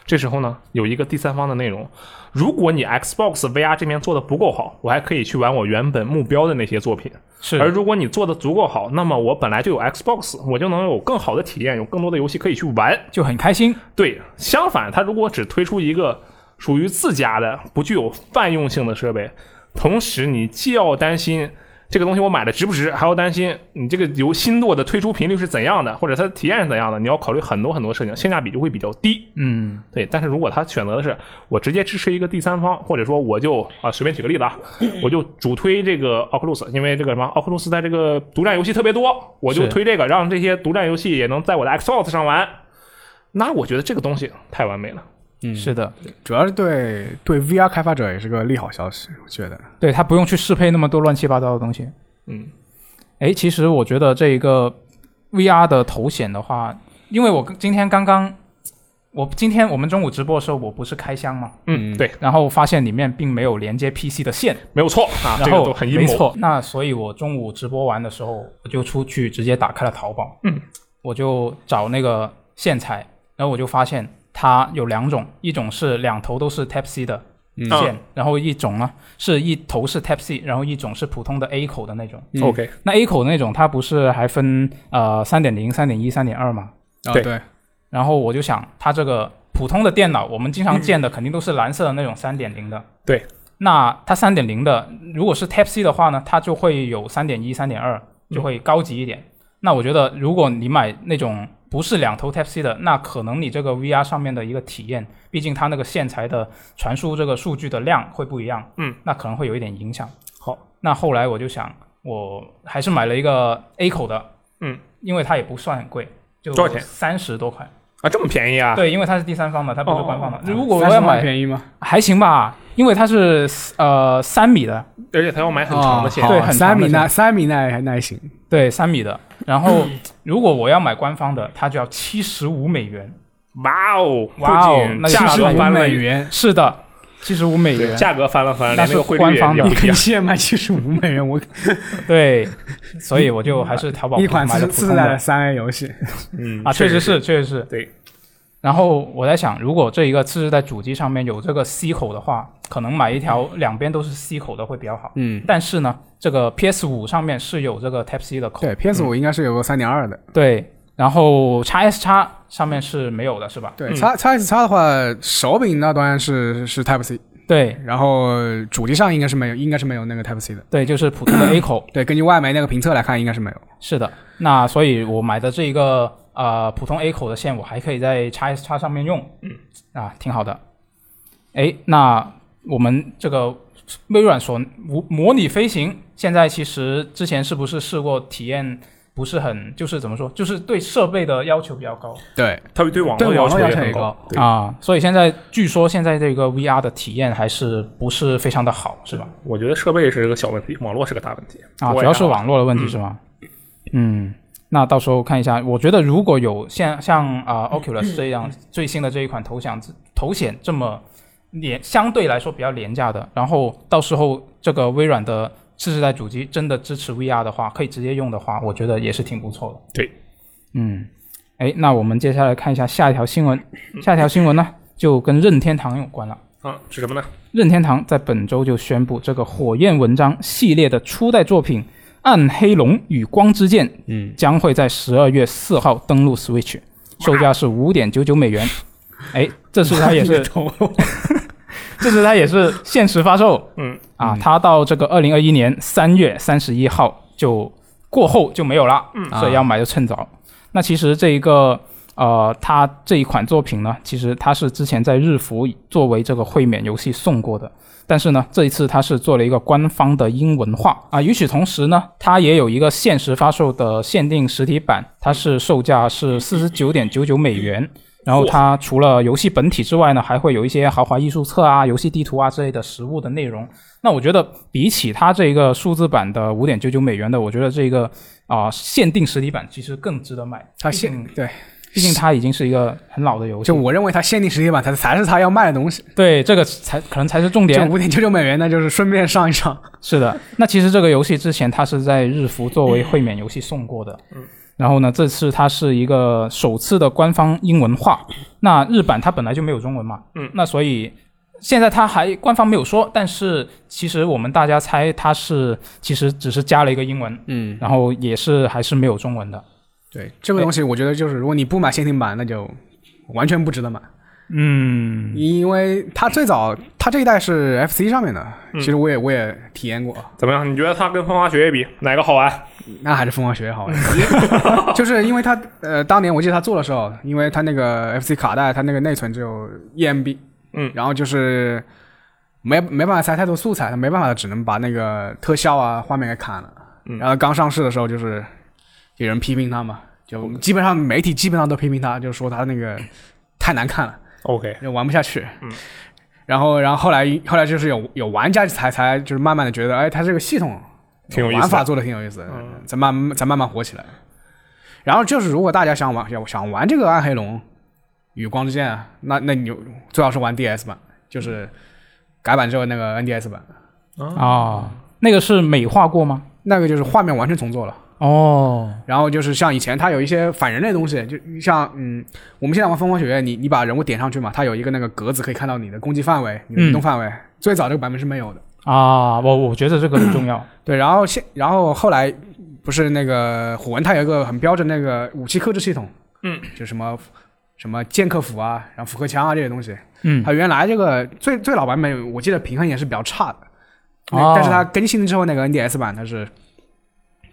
这时候呢，有一个第三方的内容，如果你 Xbox VR 这边做的不够好，我还可以去玩我原本目标的那些作品。
是
而如果你做的足够好，那么我本来就有 Xbox，我就能有更好的体验，有更多的游戏可以去玩。
就很开心。
对，相反，它如果只推出一个属于自家的、不具有泛用性的设备，同时你既要担心这个东西我买的值不值，还要担心你这个由新作的推出频率是怎样的，或者它的体验是怎样的，你要考虑很多很多事情，性价比就会比较低。
嗯，
对，但是如果他选择的是我直接支持一个第三方，或者说我就啊随便举个例子啊，
嗯
我就主推这个 Oculus，因为这个什么 Oculus 在这个独占游戏特别多，我就是推这个，让这些独占游戏也能在我的 Xbox 上玩。那我觉得这个东西太完美了。
是的，
主要是对对 VR 开发者也是个利好消息，我觉得。
对他不用去适配那么多乱七八糟的东西。
嗯，
诶，其实我觉得这一个 VR 的头显的话，因为我跟今天刚刚，我今天我们中午直播的时候，我不是开箱嘛，
嗯，对，
然后发现里面并没有连接 PC 的线，
没有错啊，这
然
个
后、
都很阴
没
谋。
错，那所以我中午直播完的时候，我就出去直接打开了淘宝，
嗯，
我就找那个线材，然后我就发现它有两种，一种是两头都是 Type C 的
嗯
啊
线，然后一种呢是一头是 Type C，然后一种是普通的 A 口的那种。
嗯
OK，
那 A 口的那种它不是还分呃三点零、三点一、三点二嘛？
啊、
哦对
对，
然后我就想，它这个普通的电脑我们经常见的肯定都是蓝色的那种三点零的。
嗯对。
那它三点零的，如果是 Type C 的话呢，它就会有三点一、三点二，
嗯
就会高级一点。那我觉得，如果你买那种不是两头 Type C 的，那可能你这个 VR 上面的一个体验，毕竟它那个线材的传输这个数据的量会不一样，
嗯，
那可能会有一点影响。
好，
那后来我就想，我还是买了一个 A 口的，
嗯，
因为它也不算很贵，就
多少钱
三十多块。
啊，这么便宜啊？
对，因为它是第三方的，它不是官方的
哦。
如果我
30
要
万
买，
便宜吗？
还行吧，因为它是呃三米的，
而且他要买很长的线
哦，
对
好
很
三
长的
米
线
那三米那还那还行。
对，三米的。然后如果我要买官方的，它就要七十五美元。
哇哦，
哇哦
不仅
那
价
75
格翻了
美
一，
元，
是的，七十五美
对，
元。
价格翻了翻，
那
连那个
是
汇率
官方
也也
的
不
你
一
可以
样。
现在卖七十五美元，我
对，所以我就还是淘宝
一款
买了
次
普
次
通
世代的
的。啊
三 A 游戏。
嗯
啊，确实是，确实是。
对，
然后我在想，如果这一个次世代主机上面有这个 C 口的话，可能买一条两边都是 C 口的会比较好。
嗯，
但是呢，这个 PS 五上面是有这个 Type C 的口，
对，PS 五应该是有个三点二的。
对，然后 x S 叉上面是没有的，是吧？
对，x x S 叉的话，手柄那端是是 Type C，
对
然后主机上应该是没有，应该是没有那个 Type C 的。
对，就是普通的 A 口，
对，根据外媒那个评测来看，应该是没有。
是的。那所以我买的这一个呃普通 A 口的线，我还可以在 x S 叉上面用，嗯，啊，挺好的。哎，那我们这个微软所模模拟飞行，现在其实之前是不是试过体验？不是很，就是怎么说，就是对设备的要求比较高。
对，
它对网
对
的要
网络
求
要
也
求
很
也
高
高，
哦对
啊，所以现在据说现在这个 VR 的体验还是不是非常的好，是吧？
我觉得设备是个小问题，网络是个大问题
啊，
我
主
也
要是
看了
网络的问题是吗？嗯，那到时候看一下，我觉得如果有像像啊、Oculus 这样最新的这一款头显头显这么廉相对来说比较廉价的，然后到时候这个微软的次世代主机真的支持 VR 的话，可以直接用的话，我觉得也是挺不错的。
对，
嗯，哎，那我们接下来看一下下一条新闻，下一条新闻呢就跟任天堂有关了。
啊，是什么呢？
任天堂在本周就宣布，这个《火焰纹章》系列的初代作品《暗黑龙与光之剑》
嗯，
将会在十二月四号登陆 Switch，售价是五点九九美元。哎，这是它也是， 这是它也是限时发售
嗯，
啊！它到这个二零二一年三月三十一号就过后就没有了，
嗯
所以
啊
要买就趁早。那其实这一个呃，它这一款作品呢，其实它是之前在日服作为这个会免游戏送过的，但是呢，这一次它是做了一个官方的英文化啊。与此同时呢，它也有一个限时发售的限定实体版，它是售价是四十九点九九美元。然后它除了游戏本体之外呢，还会有一些豪华艺术册啊、游戏地图啊之类的实物的内容。那我觉得比起它这个数字版的五点九九美元的，我觉得这个啊、限定实体版其实更值得买。
它
毕
限
竟
对，
毕竟它已经是一个很老的游戏
就，我认为它限定实体版才才是它要卖的东西，
对这个才可能才是重
就
点。
五点九九美元，那就是顺便上一上。
是的，那其实这个游戏之前它是在日服作为会免游戏送过的，嗯，然后呢，这次它是一个首次的官方英文化。那日版它本来就没有中文嘛，
嗯，
那所以现在它还官方没有说，但是其实我们大家猜它是其实只是加了一个英文，
嗯，
然后也是还是没有中文的，
对，这个东西我觉得就是，如果你不买限定版，那就完全不值得买。
嗯，
因为它最早，它这一代是 FC 上面的，
嗯
其实我也我也体验过，
怎么样？你觉得它跟风花雪月比哪个好玩？
那还是凤凰学 院好玩，
嗯
就是因为它呃，当年我记得它做的时候，因为它那个 FC 卡带，它那个内存只有 EMB，
嗯
然后就是没没办法塞太多素材，它没办法，只能把那个特效啊画面给砍了。
嗯
然后刚上市的时候，就是有人批评它嘛，就基本上媒体基本上都批评它，就说它那个太难看了。
OK，
就玩不下去。
嗯
然后，然后后来后来就是有有玩家才才就是慢慢的觉得，哎，它这个系统
挺有意思的嗯
玩法做的挺有意思的，才慢才慢慢火起来。然后就是如果大家想玩想想玩这个暗黑龙与光之剑，啊那那你就最好是玩 DS 版，就是改版之后那个 NDS 版，
啊、那个是美化过吗？
那个就是画面完全重做了。
哦，
然后就是像以前它有一些反人类的东西，就像嗯，我们现在玩《疯狂学院》，你你把人物点上去嘛，它有一个那个格子可以看到你的攻击范围、你的
嗯
移动范围。最早这个版本是没有的。
啊，我我觉得这个很重要。
对，然后现然后后来不是那个火纹，它有一个很标准那个武器克制系统，
嗯，
就什么什么剑客斧啊，然后复合枪啊这些东西。
嗯，
它原来这个最最老版本，我记得平衡也是比较差的，
哦
但是它更新之后那个 NDS 版它是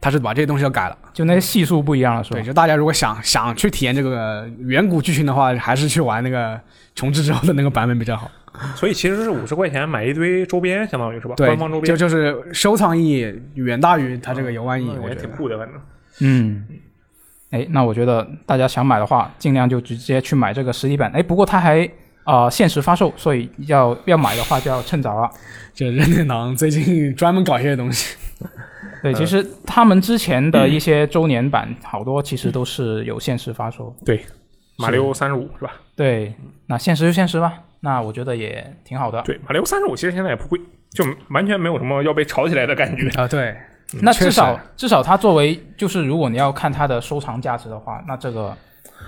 它是把这些东西都改了。
就那些系数不一样了，是吧
对，？就大家如果想想去体验这个远古剧情的话，还是去玩那个重置之后的那个版本比较好。
啊所以其实是五十块钱买一堆周边，相当于是吧？
对
官方周，边
就就是收藏意义远大于它这个游玩意义，
嗯
我
也
觉
挺
得。
酷的，反正
嗯，哎，那我觉得大家想买的话，尽量就直接去买这个实体版。哎，不过它还啊限时发售，所以要要买的话就要趁早了。
就任天堂最近专门搞一些东 西，
对，其
嗯
实他们之前的一些周年版，好多其实都是有限时发售。
马里奥三十五是吧？
对，那限时就限时吧。那我觉得也挺好的。
对，马里奥三十五其实现在也不贵，就完全没有什么要被炒起来的感觉。
啊，对，
那
确
至少
实
至少它作为就是，如果你要看它的收藏价值的话，那这个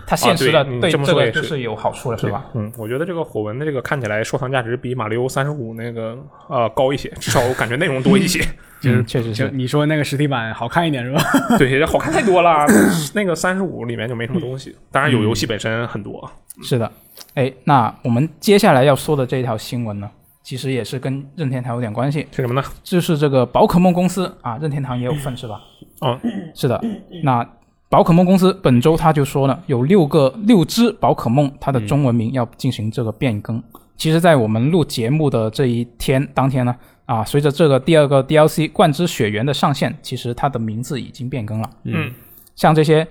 它现实
啊
的
对嗯
对
这么
这
说
个
也是
就是有好处了，是吧？
嗯，我觉得这个火纹的这个看起来收藏价值比马里奥三十五那个呃高一些，至少我感觉内容多一 些。
嗯，确实。
就是你说那个实体版好看一点是吧？
对，这好看太多了。那个三十五里面就没什么东
嗯
西，当然有游戏本身很多。
是的，哎，那我们接下来要说的这一条新闻呢，其实也是跟任天堂有点关系，
是什么呢？
就是这个宝可梦公司啊，任天堂也有份是吧？
嗯，
是的。那宝可梦公司本周他就说了，有六个六只宝可梦，它的中文名要进行这个变更。其实，在我们录节目的这一天当天呢，啊，随着这个第二个 DLC《冠之血缘》的上线，其实它的名字已经变更了。
嗯，
像这些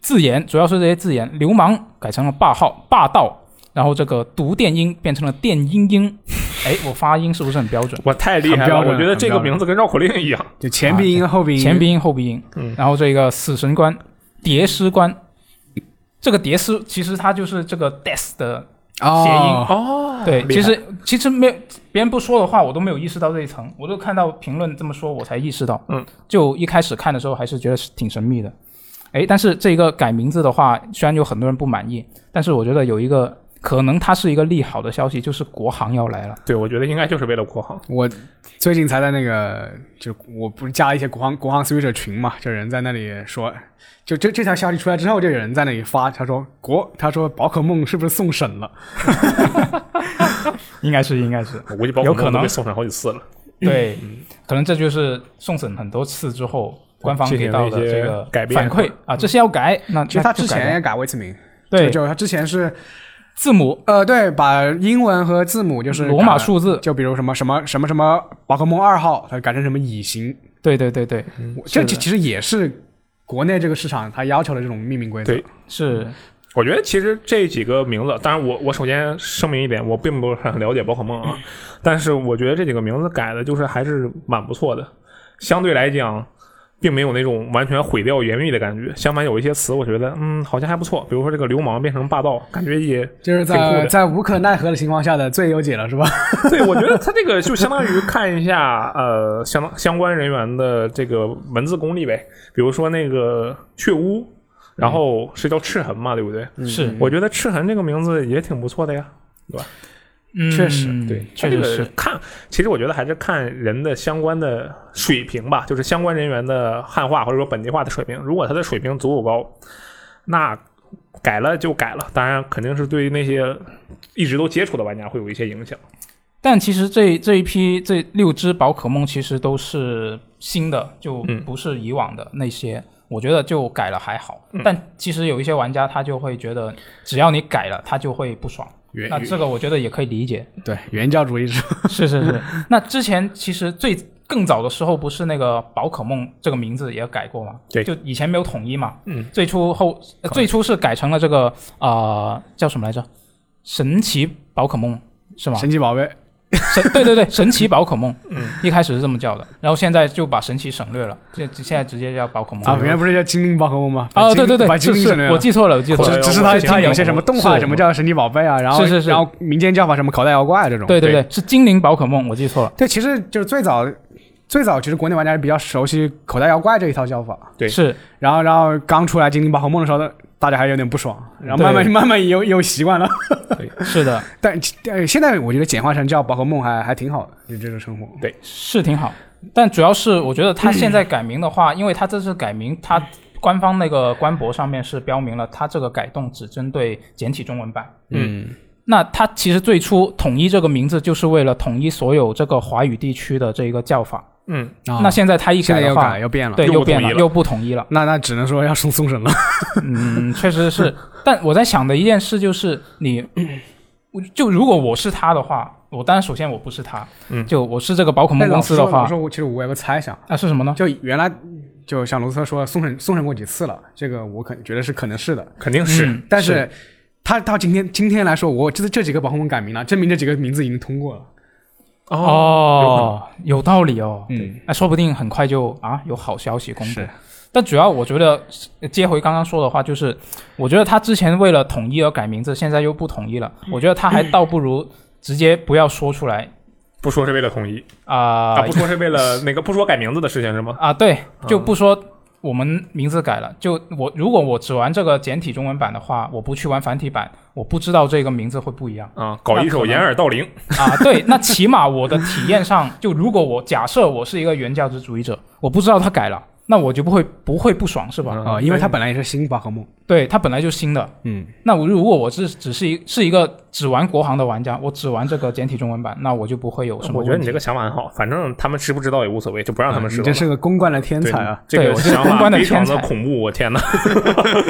字眼，主要是这些字眼，流氓改成了霸号、霸道，然后这个毒电音变成了电音音。哎，我发音是不是很标准？
我太厉害
很标
了，
准
我觉得这个
很标准
名字跟绕口令一样。
就前鼻音后鼻音，
啊前鼻音后鼻音，
嗯
然后这个死神官、蝶尸官，这个蝶尸其实它就是这个 death 的，
哦
谐音
哦
对，其实其实没有别人不说的话，我都没有意识到这一层，我都看到评论这么说，我才意识到，
嗯，
就一开始看的时候还是觉得是挺神秘的，哎，但是这个改名字的话，虽然有很多人不满意，但是我觉得有一个可能它是一个利好的消息，就是国行要来了，
对，我觉得应该就是为了国行。
我最近才在那个，就我不是加了一些国行国行 Switch 群嘛，就有人在那里说，就这这条消息出来之后，就有人在那里发，他说国，他说宝可梦是不是送审了？
应该是应该是，
我估计包
有
括
可能
都被送上好几次了。
对，可能这就是送审很多次之后，官方
进行
给到的
了一些
这个
改变嗯
反馈啊，这是要改。那
其实他之
那就改
前
了
也改过一次名，
对
就就他之前是
字母
呃，对，把英文和字母就是
罗马
改了，
数字，
就比如什么什么什么什么宝可梦二号，它改成什么乙型，
对对对对，
我这
是的
这其实也是国内这个市场它要求的这种命名规则
对。
是
我觉得其实这几个名字，当然我我首先声明一点，我并不是很了解宝可梦啊，但是我觉得这几个名字改的就是还是蛮不错的，相对来讲，并没有那种完全毁掉原意的感觉。相反，有一些词我觉得嗯好像还不错，比如说这个流氓变成霸道，感觉也
就是
挺酷
在
的
在无可奈何的情况下的最优解了，是吧？
对，我觉得他这个就相当于看一下呃相当相关人员的这个文字功力呗，比如说那个雀屋，然后是叫赤痕嘛，对不对？
是，
我觉得赤痕这个名字也挺不错的呀。
嗯
确实
对，它
确
这
实
个
是
看，其实我觉得还是看人的相关的水平吧，就是相关人员的汉化或者说本地化的水平。如果他的水平足够高，那改了就改了。当然，肯定是对于那些一直都接触的玩家会有一些影响。
但其实这这一批这六只宝可梦其实都是新的，就
嗯
不是以往的那些。我觉得就改了还好，
嗯
但其实有一些玩家他就会觉得，只要你改了，他就会不爽。
原
那这个我觉得也可以理 解。
对原教主义是吧
是是是。那之前其实最更早的时候，不是那个宝可梦这个名字也改过吗？
对
就以前没有统一嘛。
嗯。
最初后、呃最初是改成了这个啊叫什么来着？神奇宝可梦是吗？
神奇宝贝，
神 对对对，神奇宝可梦。
嗯。
一开始是这么叫的，然后现在就把神奇省略了，这这现在直接叫宝可梦
啊，原来不是叫精灵宝可梦吗？把
哦，
精
对对对
把，精
是
灵省略
是，
了
我记错了，我记错
口
了
袋。
只只是
妖
它
怪
它有些什么动画，
是
什么叫神奇宝贝啊，然后
是是是
然后民间叫法什么口袋妖怪啊这种。
对对对，是精灵宝可梦，我记错了。
对，其实就是最早最早，其实国内玩家是比较熟悉口袋妖怪这一套叫法，
对
是
然后然后刚出来精灵宝可梦的时候，大家还有点不爽，然后慢慢
对
慢慢又又习惯了。
是的，
但但现在我觉得简化成叫宝可梦还还挺好的，就这种称呼。
是挺好，但主要是我觉得他现在改名的
嗯
话，因为他这次改名，他官方那个官博上面是标明了，他这个改动只针对简体中文版。
嗯，
那他其实最初统一这个名字，就是为了统一所有这个华语地区的这一个叫法。
嗯，
啊
那现在他一
现
改
在
的
又
话
啊改，又变了。
对，
又
又
不
变
统一
了，
了
又不 统一了。
那那只能说要送送审 了。
嗯，确实是。但我在想的一件事就是，你，我就如果我是他的话，我当然首先我不是他，
嗯
就我是这个宝可
那
梦公司的话，
说我其实我有个猜想，
啊是什么呢？
就原来就像卢瑟说送审送审过几次了，这个我可觉得是可能是的。
肯定是。
嗯
但是他到今天今天来说，我这这几个宝可梦改名了，证明这几个名字已经通过了。
哦，有道理哦。
嗯，
那说不定很快就啊有好消息公布
是。
但主要我觉得呃接回刚刚说的话，就是我觉得他之前为了统一而改名字，现在又不统一了。我觉得他还倒不如直接不要说出来
不说是为了统一
啊
啊，不说是为了那个不说改名字的事情是吗？
啊，对，就不说我们名字改了，就我如果我只玩这个简体中文版的话，我不去玩繁体版，我不知道这个名字会不一样。
啊，搞一手掩耳盗铃，
啊，对，那起码我的体验上，就如果我假设我是一个原教旨主义者，我不知道他改了，那我就不会不会不爽是吧？
嗯
啊，因为它本来也是新宝可梦，
对，他本来就新的，
嗯，
那我如果我是只是一是一个只玩国行的玩家，我只玩这个简体中文版，那我就不会有什么
我觉得
问
你
题。
这个想法很好，反正他们知不知道也无所谓，就不让他们
啊
知
你
道。
真是个公关的天
对
才啊！
这
对
个
我这个
想
公
法
关的
非常
天
的
才
恐怖，我天哪！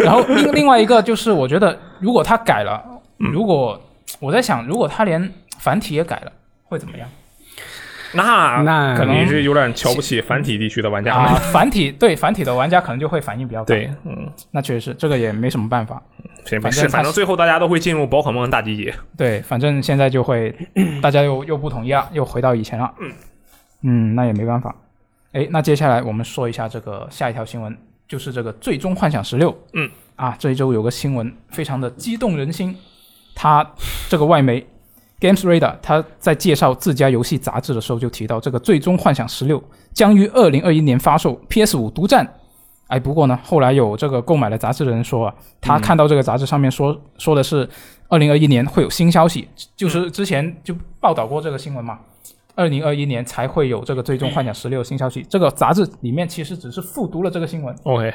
然后另另外一个就是，我觉得如果他改了，如果我在想，如果他连繁体也改了，会怎么样？
那
那
可能
你是有点瞧不起繁体地区的玩家
啊
们。，
繁体对繁体的玩家可能就会反应比较大。，
对，嗯，
那确实是这个也没什么办法。
谁没
反
事，
正他
反正最后大家都会进入宝可梦大集结。
对，反正现在就会大家又又不统一了，又回到以前了。嗯，那也没办法。哎，那接下来我们说一下这个下一条新闻，就是这个《最终幻想十六》。
嗯，
啊，这一周有个新闻非常的激动人心，它这个外媒 Games Radar 它在介绍自家游戏杂志的时候就提到，这个《最终幻想十六》将于二零二一年发售，PS 五独占。哎，不过呢，后来有这个购买了杂志的人说啊，他看到这个杂志上面说、说的是二零二一年会有新消息，就是之前就报道过这个新闻嘛。二零二一年才会有这个《最终幻想十六》新消息。这个杂志里面其实只是复读了这个新闻，
OK，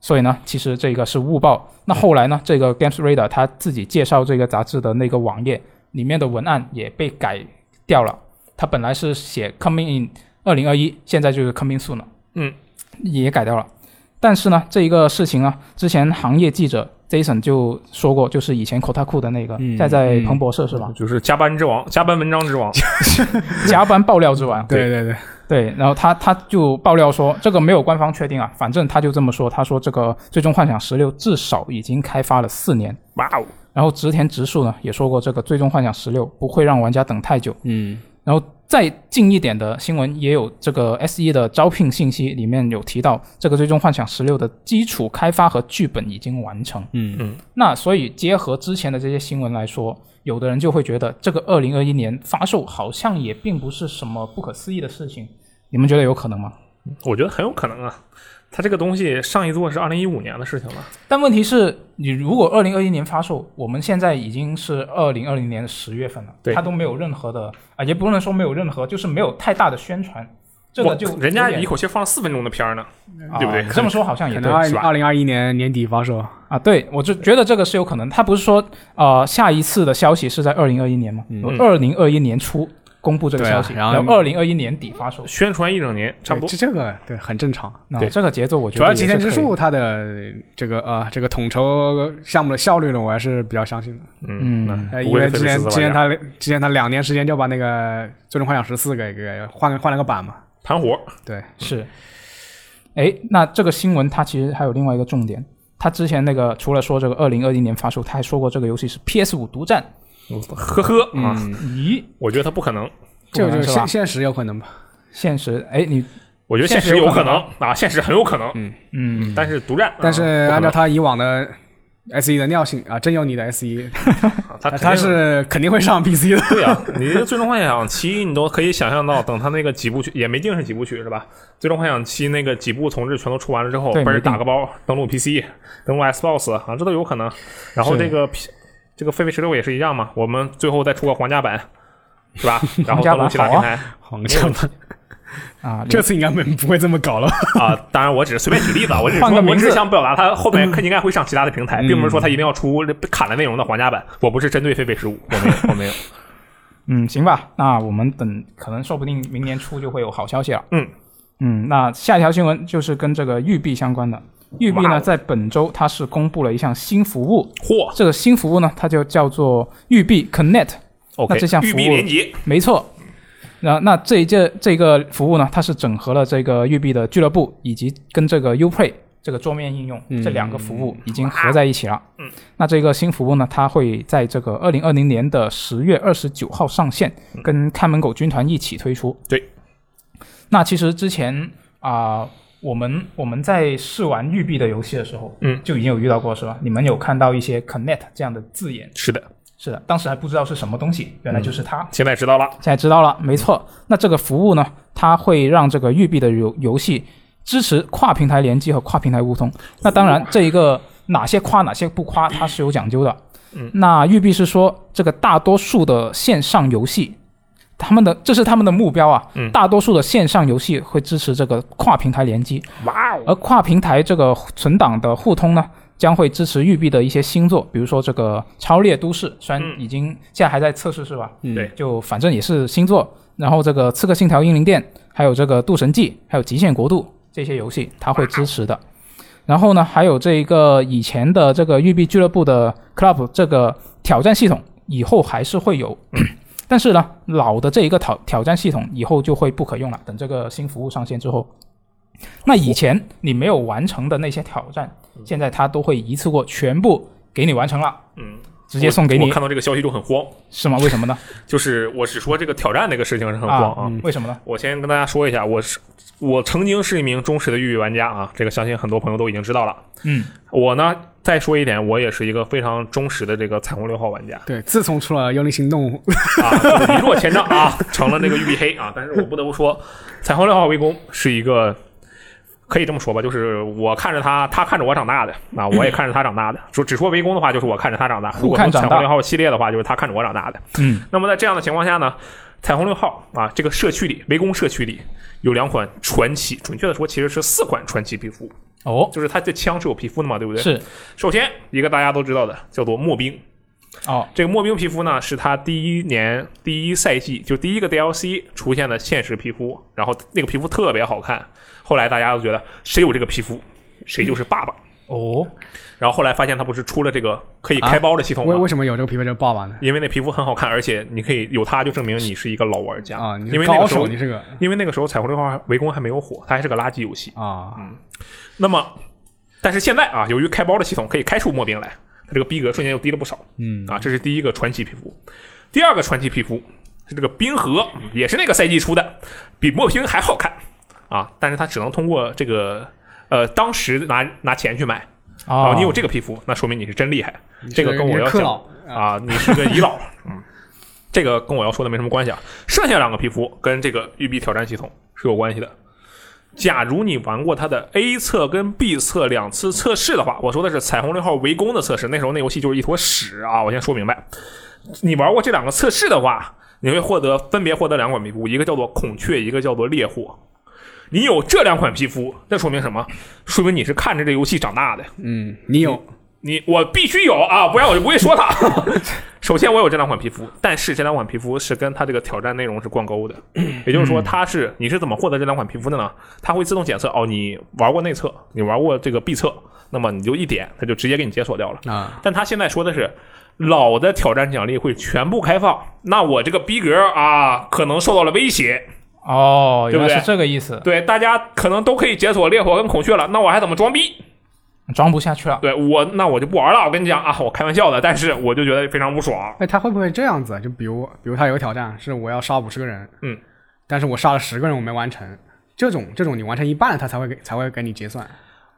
所以呢，其实这个是误报。
嗯
那后来呢，这个 Games Radar 他自己介绍这个杂志的那个网页里面的文案也被改掉了，它本来是写 Coming in 二零二一，现在就是 Coming soon 了。
嗯，
也改掉了。但是呢，这一个事情呢，之前行业记者 Jason 就说过，就是以前 Kotaku 的那个，
嗯
现在在
嗯
彭博社是吧？
就是加班之王，加班文章之王。
加班爆料之王，
对对对，
对，然后他他就爆料说，这个没有官方确定啊，反正他就这么说。他说这个《最终幻想十六》至少已经开发了四年。
哇哦，
然后植田直树呢也说过，这个《最终幻想十六》不会让玩家等太久。
嗯，
然后再近一点的新闻也有这个 S E 的招聘信息里面有提到，这个《最终幻想十六》的基础开发和剧本已经完成。
嗯
嗯，
那所以结合之前的这些新闻来说，有的人就会觉得这个二零二一年发售好像也并不是什么不可思议的事情。你们觉得有可能吗？
我觉得很有可能啊。它这个东西上一座是二零一五年的事情了，
但问题是，你如果二零二一年发售，我们现在已经是二零二零年的十月份了，
对
它都没有任何的啊，也不能说没有任何，就是没有太大的宣传，这
哇
个就
人家
有点
一口气放了四分钟的片儿呢。
啊
对不对
这么说好像也
可
对
能二
是吧
二零二一年年底发售，
啊，对我就觉得这个是有可能。他不是说呃下一次的消息是在二零二一年吗？二零二一年初公布这
嗯
个
对啊
消息，
然后
后二零二一年底发售。
宣传一整年，差不多
对。这这个对很正常。
那、
对
这个节奏我觉
主
得
要
也
吉
是
田之
可以
树他的这个呃这个统筹项目的效率呢，我还是比较相信的。
嗯，
嗯
呃，
不
因
会
为
是
之
菲利
前
斯玩家
之前他之前他两年时间就把那个《最终幻想十四》给给换换了个版嘛，
盘活，
对，
是。哎，那这个新闻它其实还有另外一个重点，它之前那个除了说这个二零二一年发售，他还说过这个游戏是 PS 五独占。
呵呵啊！
嗯
嗯
咦，
我觉得它不可能，
不
这
可
个
能
就是现
吧？
现实有可能吧。
现实，哎，你
我觉得现
现
实
实
有
有可
能啊，现实很有可能，
嗯，
但是独占。
但是
啊
按照他以往的 S E 的尿性啊，真有你的 S E，
不可能啊他
他是肯定会上 P C 的。
对啊，你这《最终幻想七》你都可以想象到，等他那个几部曲也没定是几部曲是吧？《最终幻想七》那个几部重置全都出完了之后，
对
嘣儿
没定
打个包登录 PC，登录 Xbox 啊，这都有可能。然后
是
这个 P- 这个《狒狒十六》也是一样嘛，我们最后再出个皇家版。是 吧？然后
皇家
登
版
陆其他
好
平
啊
台
皇家版
啊，
这次应该没不会这么搞了吧。
啊、当然我只是随便举例子啊，我只是
换
说
个
我
名
只是
字嗯
想表达它后面应该会上其他的平台，并不是说它一定要出砍了内容的皇家版。我不是针对狒狒十五，我没有，我 没有。
嗯，行吧，那我们等，可能说不定明年初就会有好消息了。
嗯
嗯，那下一条新闻就是跟这个育碧相关的。育碧
哇哦
呢，在本周它是公布了一项新服务，
嚯
这个新服务呢，它就叫做育碧 Connect。
，OK，
那这项服务
育碧连接，
没错。那那这一届这个服务呢，它是整合了这个育碧的俱乐部以及跟这个 UPlay 这个桌面应用、这两个服务已经合在一起了。
嗯，
那这个新服务呢，它会在这个二零二零年的十月二十九号上线，跟看门狗军团一起推出。
嗯对。
那其实之前啊、我们我们在试玩育碧的游戏的时候，
嗯，
就已经有遇到过，是吧？你们有看到一些 Connect 这样的字眼？
是的，
是的，当时还不知道是什么东西，原来就是它。
现在知道了。
现在知道了，没错。那这个服务呢，它会让这个育碧的游游戏支持跨平台联机和跨平台互通。那当然，这一个哪些夸哪些不夸，它是有讲究的。
嗯，
那育碧是说，这个大多数的线上游戏，他们的这是他们的目标啊。
嗯
大多数的线上游戏会支持这个跨平台联机，
哇哦，
而跨平台这个存档的互通呢，将会支持育碧的一些新作，比如说这个《超猎都市》，虽然
嗯
已经现在还在测试是吧？
嗯
对
就反正也是新作。然后这个《刺客信条：英灵殿》，还有这个《渡神记》，还有《极限国度》这些游戏，它会支持的。然后呢，还有这一个以前的这个育碧俱乐部的 Club 这个挑战系统，以后还是会有。 但是呢，老的这一个挑挑战系统以后就会不可用了。等这个新服务上线之后，那以前你没有完成的那些挑战，现在它都会一次过全部给你完成了，
嗯，
直接送给
我
你
我，看到这个消息就很慌，
是吗？为什么呢？
就是我只说这个挑战这个事情是很慌啊。
嗯
为什么呢？
我先跟大家说一下，我是我曾经是一名忠实的育碧玩家啊，这个相信很多朋友都已经知道了。
嗯，
我呢，再说一点，我也是一个非常忠实的这个彩虹六号玩家
对，自从出了《幽灵行动》
啊，就是一落千丈啊，成了那个玉碧黑啊。但是我不得不说，彩虹六号围攻是一个可以这么说吧，就是我看着他，他看着我长大的啊，我也看着他长大的。说只说围攻的话，就是我看着他长大；如
互
果
看
说
长
彩
大
虹六号系列的话，就是他看着我长大的。
嗯，
那么在这样的情况下呢，彩虹六号啊，这个社区里，围攻社区里有两款传奇，准确的说其实是四款传奇皮肤，
哦，
就是它这枪是有皮肤的嘛，对不对？。
是
首先一个大家都知道的叫做墨兵，
哦，
这个墨兵皮肤呢是它第一年第一赛季就第一个 DLC 出现的现实皮肤，然后那个皮肤特别好看，后来大家都觉得谁有这个皮肤谁就是爸爸。
哦，
然后后来发现它不是出了这个可以开包的系统吗？
啊为为什么有这个皮肤就爆满呢？
因为那皮肤很好看，而且你可以有它就证明你是一个老玩家
啊，你
因
是
为那
高
个时
手，
候
你是个
因为那个时候《彩虹六号》围攻还没有火，它还是个垃圾游戏。
啊，
那么，但是现在啊，由于开包的系统可以开出墨兵来，它这个逼格瞬间又低了不少。
嗯
啊，这是第一个传奇皮肤。第二个传奇皮肤是这个冰河，也是那个赛季出的，比墨冰还好看啊，但是它只能通过这个呃当时拿拿钱去买。啊
哦，
你有这个皮肤，那说明你是真厉害。
你是
这个跟
你
我
是
要
克
讲
老
啊，你是个遗老，嗯，这个跟我要说的没什么关系啊。剩下两个皮肤跟这个育碧挑战系统是有关系的。假如你玩过它的 A 测跟 B 测两次测试的话，我说的是彩虹六号围攻的测试，那时候那游戏就是一坨屎啊！我先说明白，你玩过这两个测试的话，你会获得分别获得两款皮肤，一个叫做孔雀，一个叫做烈火。你有这两款皮肤，那说明什么？说明你是看着这游戏长大的。
嗯，你有
你我必须有啊，不然我就不会说它。 首先，我有这两款皮肤，但是这两款皮肤是跟它这个挑战内容是挂钩的，也就是说，它是你是怎么获得这两款皮肤的呢？它会自动检测哦，你玩过内测，你玩过这个 B 测，那么你就一点，它就直接给你解锁掉了。
啊，
但他现在说的是，老的挑战奖励会全部开放，那我这个逼格啊，可能受到了威胁。
哦，
对
原
不对
来是这个意思，
对，大家可能都可以解锁烈火跟孔雀了，那我还怎么装逼？
装不下去了。
对我，那我就不玩了。我跟你讲啊，我开玩笑的，但是我就觉得非常不爽。
哎，他会不会这样子？就比如，比如他有个挑战是我要杀五十个人，
嗯，
但是我杀了十个人我没完成，这种这种你完成一半了，他才会给才会给你结算。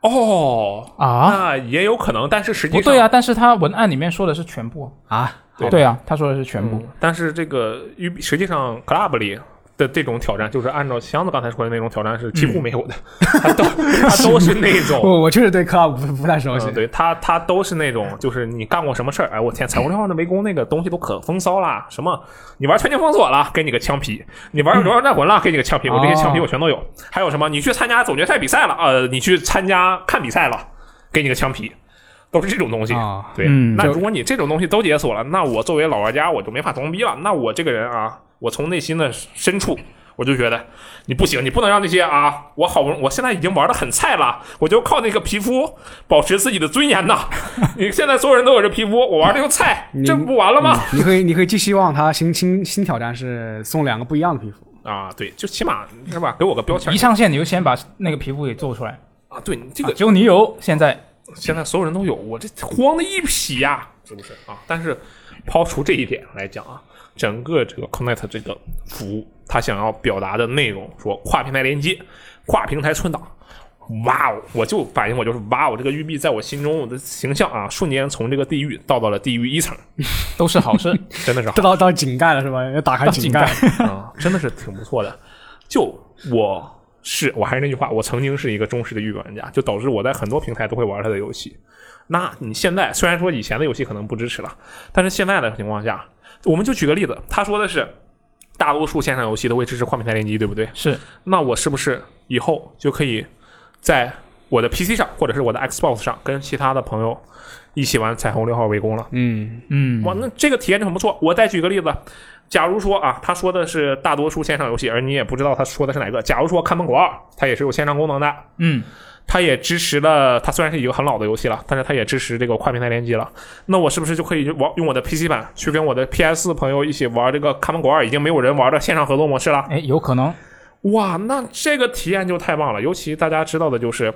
哦，
啊，
那也有可能，但是实际
不
上
对啊，，但是他文案里面说的是全部，
啊，
对
对啊，他说的是全部
嗯，但是这个育碧实际上 club 里。的这种挑战就是按照箱子刚才说的那种挑战是几乎没有的，
嗯
它都它都是那种
我我确实对克拉不不太熟悉
嗯、。对他，他都是那种，就是你干过什么事儿？哎，我天，彩虹六号的围攻那个东西都可风骚啦！什么，你玩全境封锁了，给你个枪皮；你玩荣耀战魂了，给你个枪皮。我这些枪皮我全都有。还有什么？你去参加总决赛比赛了，呃，你去参加看比赛了，给你个枪皮，都是这种东西。
啊，
对，
嗯
那
就
如果你这种东西都解锁了，那我作为老玩家我就没法装逼了。那我这个人啊，我从内心的深处。我就觉得你不行，你不能让这些啊，我好不容易，我现在已经玩的很菜了，我就靠那个皮肤保持自己的尊严呐。你现在所有人都有这皮肤，我玩的又菜，
你嗯
这不完了吗？
你会你会寄希望他新新新挑战是送两个不一样的皮肤。
啊，对，就起码是吧，给我个标签
一上线你就先把那个皮肤给做出来，
啊。对你嗯这
啊
个
只有你有，现在
现在所有人都有，我这慌的一匹呀、是不是啊？但是抛除这一点来讲啊，整个这个 Connect 这个服务，它想要表达的内容，说跨平台连接、跨平台存档，哇哦！我就反应我就是哇哦，这个玉璧在我心中我的形象啊，瞬间从这个地狱到到了地狱一层，
都是好事。
真的是好
这到到井盖了是吧？要打 开
到
嗯
井
盖
盖，
啊、真的是挺不错的。就我是我还是那句话，我曾经是一个忠实的育玩家，就导致我在很多平台都会玩他的游戏。那你现在虽然说以前的游戏可能不支持了，但是现在的情况下，我们就举个例子，他说的是大多数线上游戏都会支持跨平台联机，对不对？
是
那我是不是以后就可以在我的 PC 上或者是我的 Xbox 上跟其他的朋友一起玩《彩虹六号围攻》了？
嗯，
嗯，
哇，那这个体验就很不错。我再举个例子，假如说啊，他说的是大多数线上游戏，而你也不知道他说的是哪个。假如说《看门狗二》，它也是有线上功能的，
嗯，
它也支持了，它虽然是一个很老的游戏了，但是它也支持这个跨平台联机了。那我是不是就可以玩用我的 PC 版去跟我的 PS 朋友一起玩这个《看门狗二》已经没有人玩的线上合作模式了？
哎，有可能，
哇，那这个体验就太棒了！尤其大家知道的就是，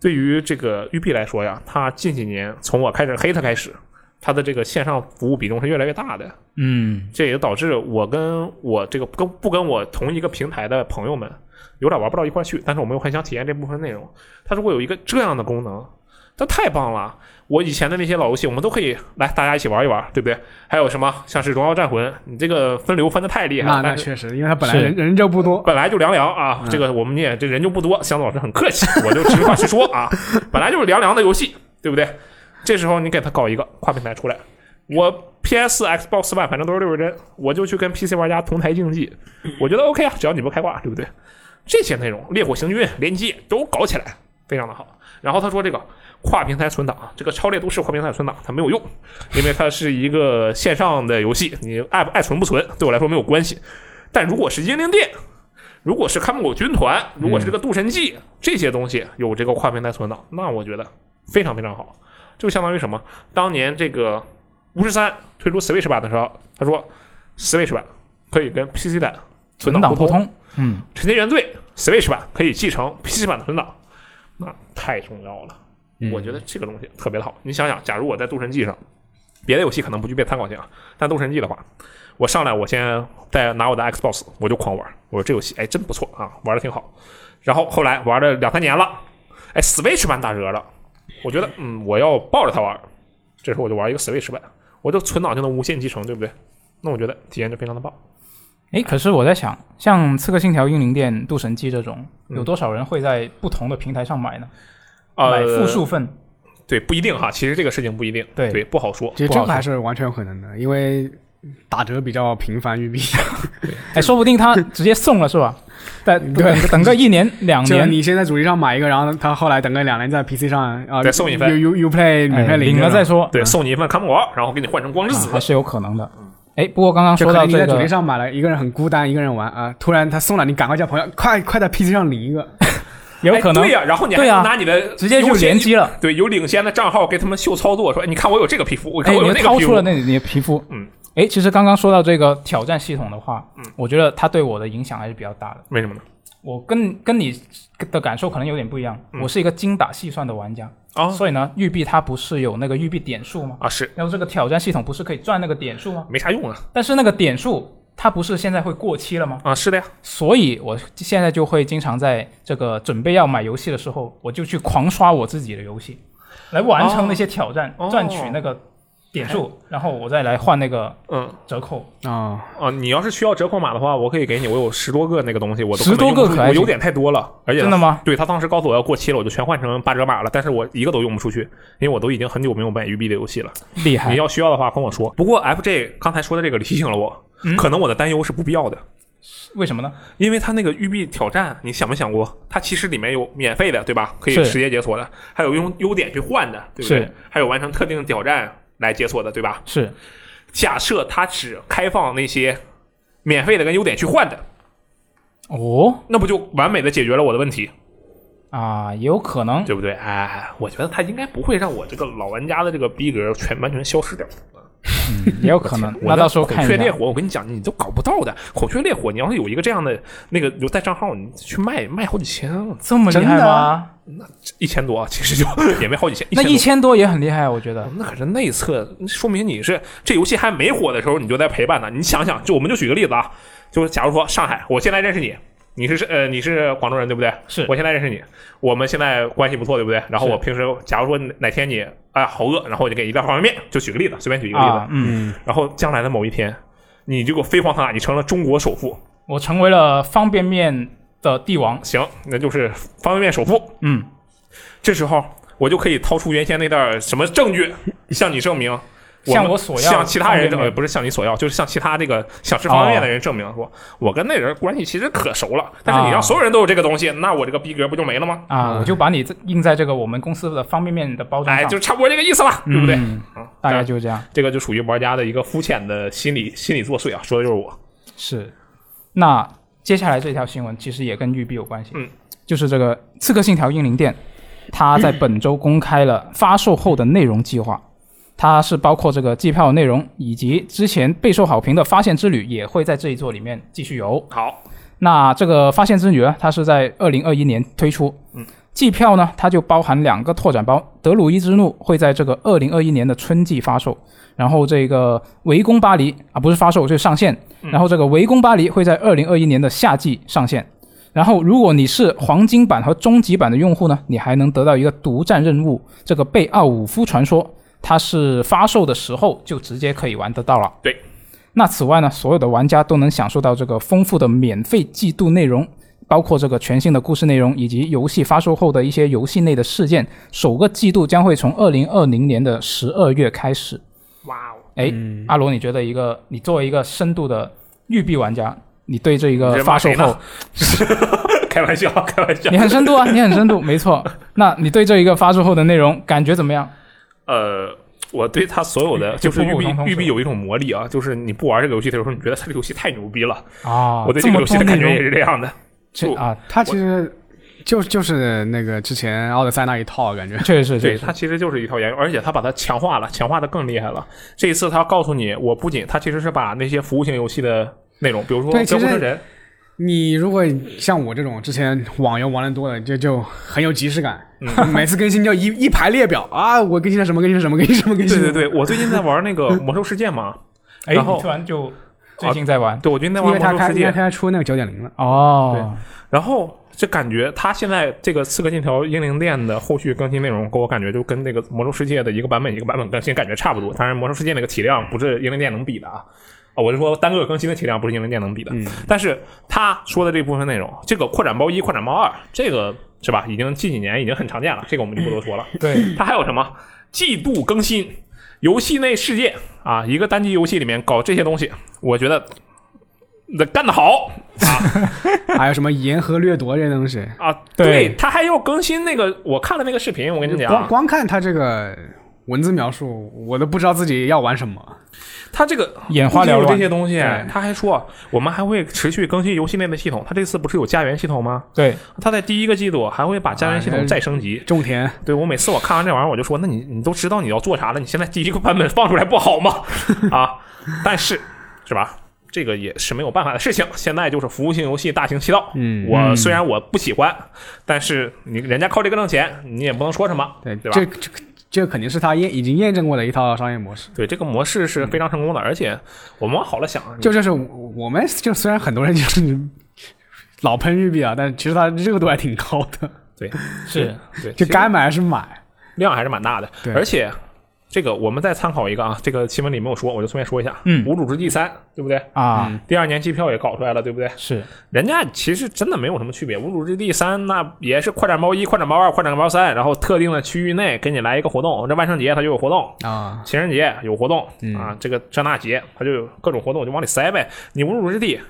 对于这个育碧来说呀，它近几年从我开始黑它开始，它的这个线上服务比重是越来越大的。
嗯，
这也导致我跟我这个跟不跟我同一个平台的朋友们有点玩不到一块儿去，但是我们又很想体验这部分内容。它如果有一个这样的功能，那太棒了！我以前的那些老游戏，我们都可以来大家一起玩一玩，对不对？还有什么像是《荣耀战魂》，你这个分流分的太厉害了，
那那
但是
确实，因为他本来
是
人人就不多，
本来就凉凉啊，这个我们也这人就不多，香子老师很客气，我就直话实说啊，本来就是凉凉的游戏，对不对？这时候你给他搞一个跨平台出来，我 PS、Xbox One 反正都是六十帧，我就去跟 PC 玩家同台竞技，我觉得 OK 啊，只要你不开挂，对不对？这些内容，《烈火行军》联机都搞起来，非常的好。然后他说这个跨平台存档，啊这个超猎都市跨平台存档它没有用，因为它是一个线上的游戏，你爱不爱存不存对我来说没有关系。但如果是英灵殿，如果是看门狗军团，如果是这个渡神记、这些东西有这个跨平台存档，那我觉得非常非常好。就相当于什么？当年这个巫师三推出 Switch 版的时候，他说 Switch 版可以跟 PC 版存
存档
互
互
通，
通，嗯，
《陈年原罪》Switch 版可以继承 PC 版的存档，那太重要了。
嗯
我觉得这个东西特别的好。你想想，假如我在《斗神记》上，别的游戏可能不具备参考性啊，但《斗神记》的话，我上来我先再拿我的 Xbox，我就狂玩。我说这游戏哎真不错啊，玩的挺好。然后后来玩了两三年了，哎，Switch 版打折了，我觉得嗯我要抱着它玩。这时候我就玩一个 Switch 版，我就存档就能无限继承，对不对？那我觉得体验就非常的棒。
哎，可是我在想，像《刺客信条：英灵殿》《渡神记》这种，
嗯
有多少人会在不同的平台上买呢？
呃
买复数份，
对，不一定哈，其实这个事情不一定，
对嗯
不好说。
其实
不
这
好
个还
说
是完全有可能的，因为打折比较频繁，育碧。
哎，说不定他直接送了是吧？但
对
等等个一年两
就
年，
你先在主机上买一个，然后他后来等个两年在 PC 上啊
再送一份
U U U Play 免
哎
费
领
了
了再说，
对，送你一份看门狗，然后给你换成光之
啊
子。
还是有可能的。哎，不过刚刚
就
说
可
到
能你
这
在主机
个，
上买了，一个人很孤单，一个人玩啊，突然他送了，你赶快叫朋友，快快在 PC 上领一个，
有
哎
可能
对呀、然后你还
对呀啊
拿你的
直接就
有钱
联机了。
对，有领先的账号给他们秀操作，说：“哎，你看我有这个皮肤，我看
哎，
我有
你
那个
掏
皮
出
肤。
了那你的皮肤，
嗯，
哎，其实刚刚说到这个挑战系统的话，嗯，我觉得它对我的影响还是比较大的。
为什么呢？
我跟跟你的感受可能有点不一样，
嗯
我是一个精打细算的玩家，
啊
所以呢，育碧它不是有那个育碧点数吗？
啊，是
然后这个挑战系统不是可以赚那个点数吗？
没啥用啊
但是那个点数它不是现在会过期了吗？
啊，是的呀，
所以我现在就会经常在这个准备要买游戏的时候，我就去狂刷我自己的游戏，来完成那些挑战，
哦
赚取那个点数，然后我再来换那个
嗯
折扣。
啊，
啊，你要是需要折扣码的话，我可以给你，我有十多个那个东西，我都
10
根本用不
多个可
我
还
有
行
点太多了，而且
真的吗？
对他当时告诉我要过期了，我就全换成八折码了，但是我一个都用不出去，因为我都已经很久没有买育碧的游戏了。
厉害
你！要需要的话跟我说。哎嗯不过 FJ 刚才说的这个提醒了我，可能我的担忧是不必要的，
为什么呢？
因为它那个育碧挑战，你想没想过，它其实里面有免费的，对吧？可以
是
直接解锁的，还有用优点去换的，对不对
是？
还有完成特定挑战来解锁的，对吧？
是
假设它只开放那些免费的跟优点去换的，
哦
那不就完美的解决了我的问题，
啊，也有可能。
对不对？哎，我觉得它应该不会让我这个老玩家的这个逼格全完全消失掉。
也有可能。
我
那
的
到时候
孔
看
雀
一
烈
下。
火，我跟你讲，你都搞不到的。孔雀烈火，你要是有一个这样的那个有带账号，你去卖卖好几千，
这么厉害
真的
吗？
一千多啊，其实就也没好几千，
啊那
一
一
多。
千多也很厉害，我觉得。
那可是内测，说明你是这游戏还没火的时候你就在陪伴它。你想想，就我们就举个例子啊，就是假如说上海，我现在认识你，你是呃你是广州人对不对？
是
我现在认识你，我们现在关系不错对不对？然后
是
我平时假如说哪天你哎好饿，然后我就给你一袋方便面，就举个例子，随便举一个例子，
啊，嗯，
然后将来的某一天，你这个飞黄腾达，你成了中国首富，
我成为了方便面的帝王，
行，那就是方便面首富。
嗯，
这时候我就可以掏出原先那点儿什么证 据，向你证明。
向
们
我索要
向其他人证，
方便面
呃，不是向你索要，就是向其他这个想吃方便面的人证明
哦
说，我跟那人关系其实可熟了。但是你
啊
让所有人都有这个东西，那我这个逼格不就没了吗？
啊，我就把你这印在这个我们公司的方便面的包装
哎，
上，
就差不多这个意思了，对不对？
嗯
嗯
大概就这样。
这个就属于玩家的一个肤浅的心理心理作祟啊，说的就是我。
是，那接下来这条新闻其实也跟育碧有关系，
嗯，
就是这个《刺客信条：英灵殿》，它在本周公开了发售后的内容计划，它是包括这个季票内容以及之前备受好评的《发现之旅》也会在这一座里面继续游。
好，
那这个《发现之旅》呢，它是在二零二一年推出，嗯，季票呢，它就包含两个拓展包，《德鲁伊之怒》会在这个二零二一年的春季发售，然后这个《围攻巴黎》啊，不是发售，就是上线，然后这个《围攻巴黎》会在二零二一年的夏季上线。然后，如果你是黄金版和终极版的用户呢，你还能得到一个独占任务，这个贝奥武夫传说，它是发售的时候就直接可以玩得到了。
对，
那此外呢，所有的玩家都能享受到这个丰富的免费季度内容，包括这个全新的故事内容，以及游戏发售后的一些游戏内的事件。首个季度将会从二零二零年的十二月开始。
哇哦，
哎，阿罗，你觉得一个你作为一个深度的育碧玩家，你对这一个发售
你在骂谁
后
呢，开玩笑，开玩笑
你。很深度啊，你很深度，没错。那你对这一个发售后的内容感觉怎么样？
呃，我对他所有的就
就
是育
普普
碧
通通
育碧
是吧
有一种魔力啊，就是你不玩这个游戏的时候，你觉得他这个游戏太牛逼了。
啊，
我对
这
这个
么
游戏的
多内
感觉也
容
是这样的。
这啊，
它其实就就是那个之前奥德赛那一套感觉。
确实是，确
对，
实是
它其实就是一套研究，而且它把它强化了，强化的更厉害了。这一次它告诉你，我不仅它其实是把那些服务型游戏的内容，比如说
对
《
其实
折磨之人》，
你如果像我这种之前网游玩的多的，就就很有即视感，
嗯
每次更新就一 一排列表啊，我更新了什么，更新了什么，更新了什么，更新
对
了
对
什么。
对，我最近在玩那个《魔兽世界》嘛，
哎，
然后
你突然就最近在玩
对我最近在
因
玩
为
《魔
它
兽
开，
世
因
界
为》，它出那个九点零了。
哦，
然后这感觉它现在这个《刺客信条：英灵殿》的后续更新内容，给我感觉就跟那个《魔兽世界》的一个版本一个版本更新感觉差不多。当然，《魔兽世界》那个体量不是英灵殿能比的啊。啊，我是说单个更新的体量不是英灵殿能比的。但是他说的这部分内容，这个扩展包一、扩展包二，这个是吧？已经近几年已经很常见了，这个我们就不多说了。
对，
它还有什么季度更新、游戏内世界啊？一个单机游戏里面搞这些东西，我觉得那干得好啊！
还有什么言和掠夺这些东西。
啊，
对
他还要更新那个，我看了那个视频，我跟你
光
讲，
光看它这个文字描述，我都不知道自己要玩什么。
他这个
哎
眼花缭
有这
乱，
些东西
对，
他还说我们还会持续更新游戏内的系统。他这次不是有家园系统吗？
对，
他在第一个季度还会把家园系
啊
统再升级。
种田，
对我每次我看完这玩意儿，我就说，那你你都知道你要做啥了，你现在第一个版本放出来不好 吗？啊，但是是吧？这个也是没有办法的事情。现在就是服务性游戏大行其道。
嗯
我虽然我不喜欢，但是你人家靠这个挣钱，你也不能说什么，
对，
对吧？
这这这肯定是他验已经验证过的一套商业模式。
对，这个模式是非常成功的，而且我们往好了想，
嗯
啊
就就是我我们就虽然很多人就是老喷育碧啊，但其实它热度还挺高 的，
对
是
对，
就
其实
该买还是买。
量还是蛮大的，
对
而且这个我们再参考一个啊，这个新闻里没有说，我就顺便说一下，
嗯
无主之地三，对不对？
啊，
第二年机票也搞出来了，对不对？
是
人家其实真的没有什么区别，《无主之地三》那也是扩展包一、扩展包二、扩展包三，然后特定的区域内给你来一个活动，这万圣节它就有活动，
啊，
情人节有活动、啊，这个这那节它就有各种活动，我就往里塞呗。你无主之地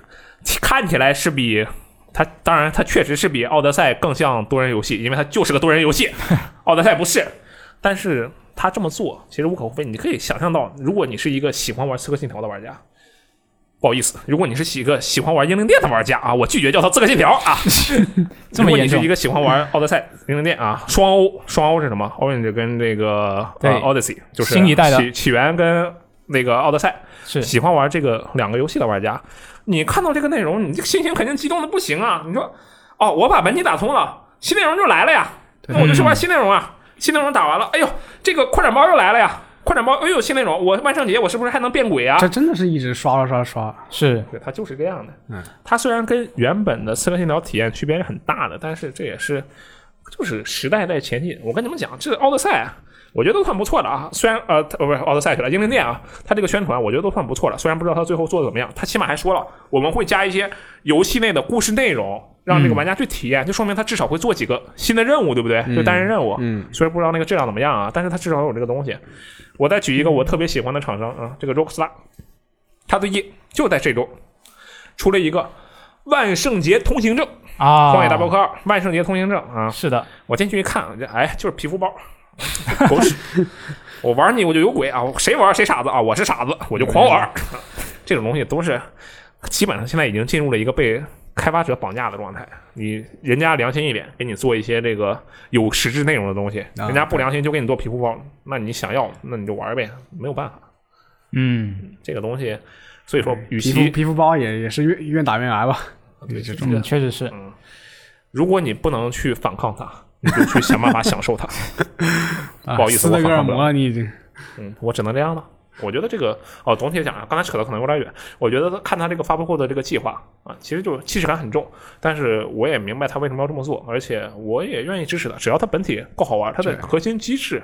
看起来是比它，当然它确实是比奥德赛更像多人游戏，因为它就是个多人游戏，奥德赛不是。但是它这么做其实无可厚非，你可以想象到，如果你是一个喜欢玩《刺客信条》的玩家。不好意思，如果你是一个喜欢玩《英灵殿》的玩家啊，我拒绝叫它《刺客信条》啊。
这
如
么
果
严
你是
重
一个喜欢玩《奥德赛》《英灵殿》啊，双欧双欧是什么？Orange 跟这个
对
呃 Odyssey 就是
新一代的
起起源跟那个奥德赛，
是，
喜欢玩这个两个游戏的玩家，你看到这个内容，你这个心情肯定激动的不行啊！你说，哦，我把本体打通了，新内容就来了呀，那
嗯
我就去玩新内容啊！新内容打完了，哎呦，这个扩展包又来了呀！扩展包，哎呦，新内容，我万圣节我是不是还能变鬼啊？
这真的是一直刷刷刷刷。
是
对，它就是这样的。
嗯，
它虽然跟原本的《刺客信条》体验区别是很大的，但是这也是就是时代在前进。我跟你们讲，这奥德赛啊，我觉得都算不错了啊。虽然呃，它呃不是奥德赛去了，英灵殿啊，它这个宣传我觉得都算不错了。虽然不知道它最后做的怎么样，它起码还说了我们会加一些游戏内的故事内容，让
嗯
这个玩家去体验，就说明它至少会做几个新的任务，对不对？就单人任务。
嗯，
虽然不知道那个质量怎么样啊，但是它至少有这个东西。我再举一个我特别喜欢的厂商啊，这个 Rockstar，它最近就在这周出了一个万圣节通行证。
啊，
荒野大镖客二》万圣节通行证啊！
是的，
我进去一看，我这哎，就是皮肤包，狗屎！我玩你我就有鬼啊！我谁玩谁傻子啊！我是傻子，我就狂玩。
嗯
这种东西都是基本上现在已经进入了一个被开发者绑架的状态。你人家良心一点，给你做一些这个有实质内容的东西；
啊
人家不良心，就给你做皮肤包。那你想要，那你就玩呗，没有办法。
嗯，
这个东西，所以说，与
皮肤
其啊
皮肤包也也是愿愿打愿挨吧。
对这种
嗯，确实是，
如果你不能去反抗它，你就去想办法享受它。
不
不好意思
啊斯德哥
我反
尔
抗不了
摩你已经
嗯，我只能这样了。我觉得这个哦，总体讲啊，刚才扯的可能有点远。我觉得看他这个发布后的这个计划啊，其实就是气势感很重，但是我也明白他为什么要这么做，而且我也愿意支持他，只要他本体够好玩，它的核心机制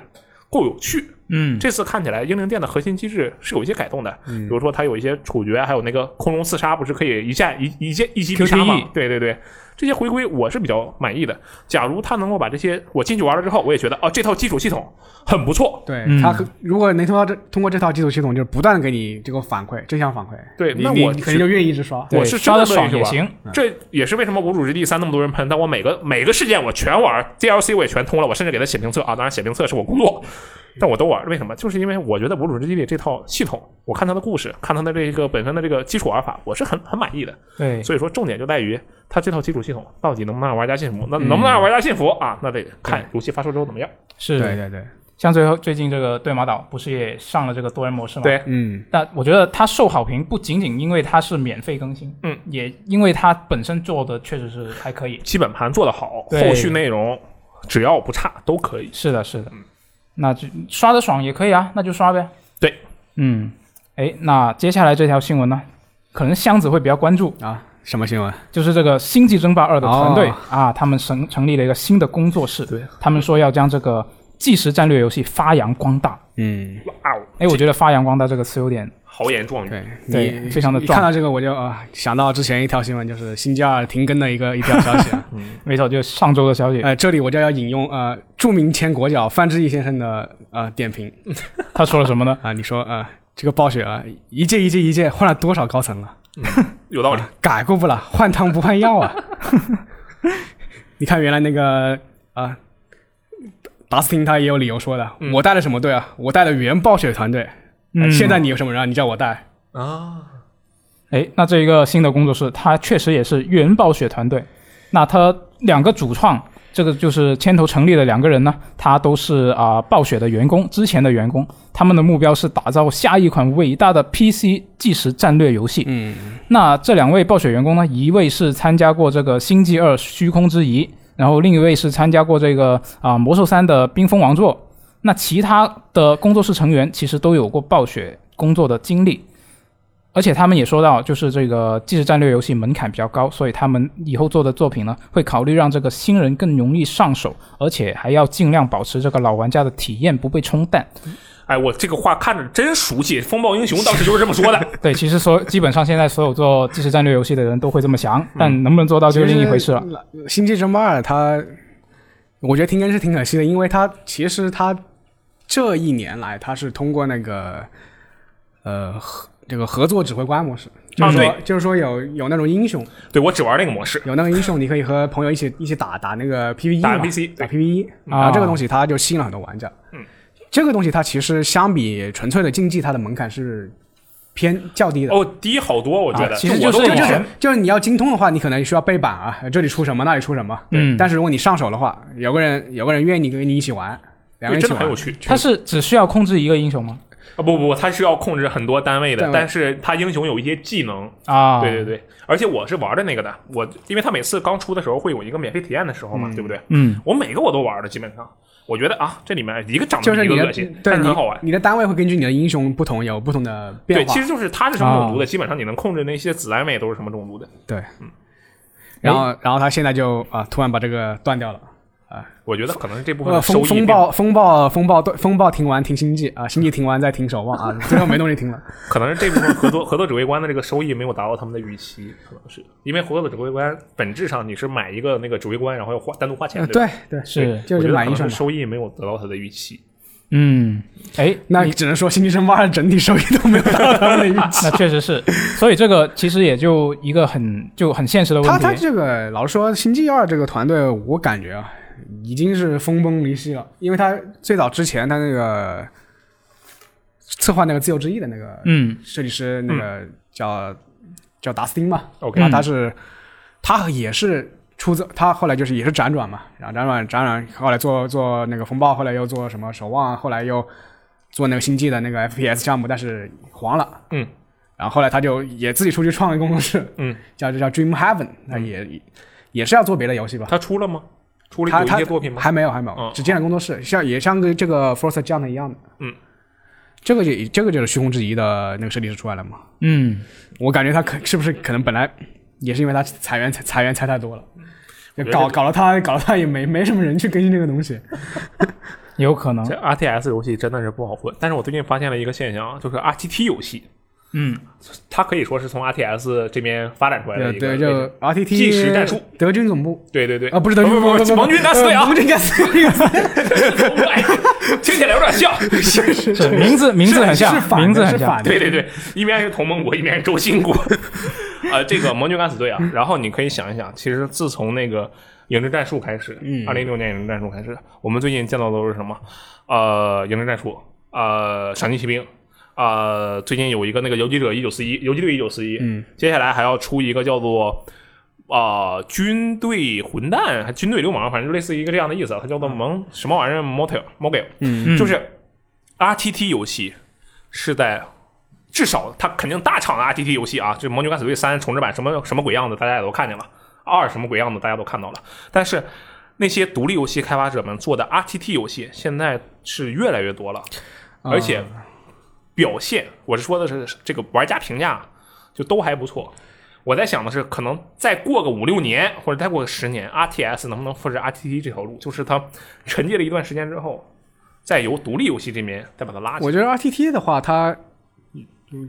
够有趣。
嗯，
这次看起来英灵殿的核心机制是有一些改动的，比如说它有一些处决，啊还有那个空中刺杀，不是可以一下一一剑一击必杀吗
QTE？
对对对，这些回归我是比较满意的。假如他能够把这些我进去玩了之后，我也觉得哦，这套基础系统很不错，
对
嗯
他如果能通过这通过这套基础系统，就是不断地给你这个反馈正向反馈，
对
你
那
你
我
你肯定就愿意一直刷。
对
我是真
刷
的乐意
的爽
去
也
玩。
行，
这也是为什么《无主之地三》那么多人喷，但我每个每个事件我全玩，DLC 我也全通了，我甚至给他写评测啊，当然写评测是我工作， 但我都玩，为什么？就是因为我觉得《无主之地》这套系统，我看它的故事，看它的这个本身的这个基础玩法，我是很很满意的。
对，
所以说，重点就在于它这套基础系统到底能不能让玩家信服？那能不能让玩家信服啊？那得看游戏发售之后怎么样。
是
对对对，
像最后最近这个对马岛不是也上了这个多人模式吗？
对，
嗯，
但我觉得它受好评不仅仅因为它是免费更新，
嗯，
也因为它本身做的确实是还可以。
基本盘做得好，
对
后续内容只要不差都可以。
是的，是的，
嗯
那就刷的爽也可以啊，那就刷呗。
对，
嗯，哎，那接下来这条新闻呢，可能箱子会比较关注，
啊，什么新闻？
就是这个《星际争霸二》的团队、
哦
啊，他们成成立了一个新的工作室，
对，
他们说要将这个即时战略游戏发扬光大。
嗯，
哇哦，
哎，我觉得“发扬光大”这个词有点
豪言壮语。
对
对
你
非常地
一
壮
看到这个我就啊想到之前一条新闻，就是新加尔停更的一个一条消息啊。
没错，就是上周的 消息，
呃，这里我就要引用呃著名前国脚范志毅先生的呃点评
他说了什么 呢？
啊、你说呃这个暴雪啊，一届一届一届换了多少高层啊了，
有道理。
改过不了，换汤不换药 啊。你看原来那个啊、达斯汀他也有理由说的，
嗯
我带的什么队啊？我带的原暴雪团队，
嗯
呃现在你有什么人啊？你叫我带？
啊，
哎，那这一个新的工作室，它确实也是原暴雪团队。那它两个主创，这个就是牵头成立的两个人呢，他都是啊、暴雪的员工，之前的员工。他们的目标是打造下一款伟大的 PC 即时战略游戏。
嗯，
那这两位暴雪员工呢，一位是参加过这个《星际二：虚空之遗》，然后另一位是参加过这个啊、魔兽三》的《冰封王座》。那其他的工作室成员其实都有过暴雪工作的经历，而且他们也说到，就是这个即时战略游戏门槛比较高，所以他们以后做的作品呢，会考虑让这个新人更容易上手，而且还要尽量保持这个老玩家的体验不被冲淡。
哎，我这个话看着真熟悉，《风暴英雄》当时就是这么说的。
对，其实所基本上现在所有做即时战略游戏的人都会这么想，但能不能做到就另一回事了。
《星际争霸二》它，我觉得停更是挺可惜的，因为它其实它这一年来它是通过那个呃合这个合作指挥官模式，就是说、
啊
就是说有有那种英雄，
对我只玩那个模式，
有那个英雄你可以和朋友一起一起打打那个 PVE
打
嘛
NPC
打 E PVE，
啊
然后这个东西它就吸引了很多玩家。
嗯，
这个东西它其实相比纯粹的竞技，它的门槛是偏较低的。
哦，低好多，我觉得。
啊其实
我
就
都这
是
么
以
觉
就
得
是就是你要精通的话，你可能需要背板啊，这里出什么那里出什么。
嗯，
但是如果你上手的话，有个人有个人愿意跟你一起玩，两个
对
人一
真
起
的
玩
很有趣
他是只需要控制一个英雄吗？
啊！不不不，他是要控制很多单位的，
对
但是他英雄有一些技能，
啊，
对对，对，而且我是玩的那个的，我因为他每次刚出的时候会有一个免费体验的时候嘛，对不对？
嗯，
我每个我都玩的，基本上我觉得啊，这里面一个长
就
得
是
比一
你
个
的
恶心，但
对
是
你
很好玩。
你的单位会根据你的英雄不同有不同的
对，
变化啊
其。实就是它是什么种族的，基本上你能控制那些子单位都是什么种族的。
对，然后然后他现在就啊突然把这个断掉了，
我觉得可能是这部分
呃，
的收
风
益并
风暴风暴风暴对风暴停完停星际啊，星际停完再停守 望啊，最后没东西停了。
可能是这部分合作合作指挥官的这个收益没有达到他们的预期，可能是因为合作的指挥官本质上你是买一个那个指挥官，然后要花单独花钱
呃，
对吧，
对对，
是，
我
就是
觉得
买
可能
英雄
是
嘛。
收益没有得到他的预期。
嗯，哎，
那只能说《星际争霸》的整体收益都没有达到他们的预期。
那确实是，所以这个其实也就一个很就很现实的
他
问
他
题。
这个老实说，《星际二》这个团队，我感觉啊，已经是分崩离析了，因为他最早之前他那个策划那个自由之翼的那个
嗯
设计师，那个叫、叫达斯汀嘛，
OK，
然后
嗯
他是他也是出自他后来就是也是辗转嘛，然后辗转辗转，后来做做那个风暴，后来又做什么守望，后来又做那个星际的那个 FPS 项目，但是黄了。
嗯。
然后后来他就也自己出去创了一个工作室，
嗯，
叫就叫 Dream Heaven，他也、也是要做别的游戏吧？
他出了吗？出了
他
有一
他
些作品吗？
还没有，还没有，
嗯
只建了工作室，像也像跟这个 Force 这样的一样的。
嗯，
这个就这个就是虚空之遗的那个设计师出来了嘛？
嗯，
我感觉他可是不是可能本来也是因为他裁员裁裁员裁太多了，
我
就
觉得
搞
这
搞了他搞了他也没没什么人去更新这个东西。
有可能
这。RTS 游戏真的是不好混，但是我最近发现了一个现象啊，就是 RTT 游戏，
嗯，
它可以说是从 RTS 这边发展出来的
对
一个
呃对，
类型。
就 RTT
即时战术
德军总部
对对对
啊，不是德
不
军
不不，
总部，
盟军敢死队啊
盟！军敢死队，
哎听起来有点像，
是 是
是名字名字很像
是反，的
名字很
是
像
反。的
对对对，一边是同盟国，一边是轴心国。 呃，这个盟军敢死队啊， 然后你可以想一想，其实自从那个影之战术开始，嗯，二零一六年影之战术开始，我们最近见到的都是什么？呃，影之战术，呃，闪击骑兵。呃，最近有一个那个游击者一九四一，游击队一九四一，嗯，接下来还要出一个叫做啊、呃军队混蛋，还军队流氓，反正就类似于一个这样的意思啊，它叫做蒙什么玩意儿 motel motel，嗯，就是 RTT 游戏是在至少它肯定大厂的 RTT 游戏啊，这《盟军敢死队三》重置版什么什么鬼样子，大家也都看见了；二什么鬼样子，大家都看到了。但是那些独立游戏开发者们做的 RTT 游戏，现在是越来越多了，而且表现，我是说的是这个玩家评价就都还不错。我在想的是，可能再过个五六年，或者再过个十年，RTS 能不能复制 RTT 这条路？就是它沉寂了一段时间之后，再由独立游戏这边再把它拉起来。
我觉得 RTT 的话，它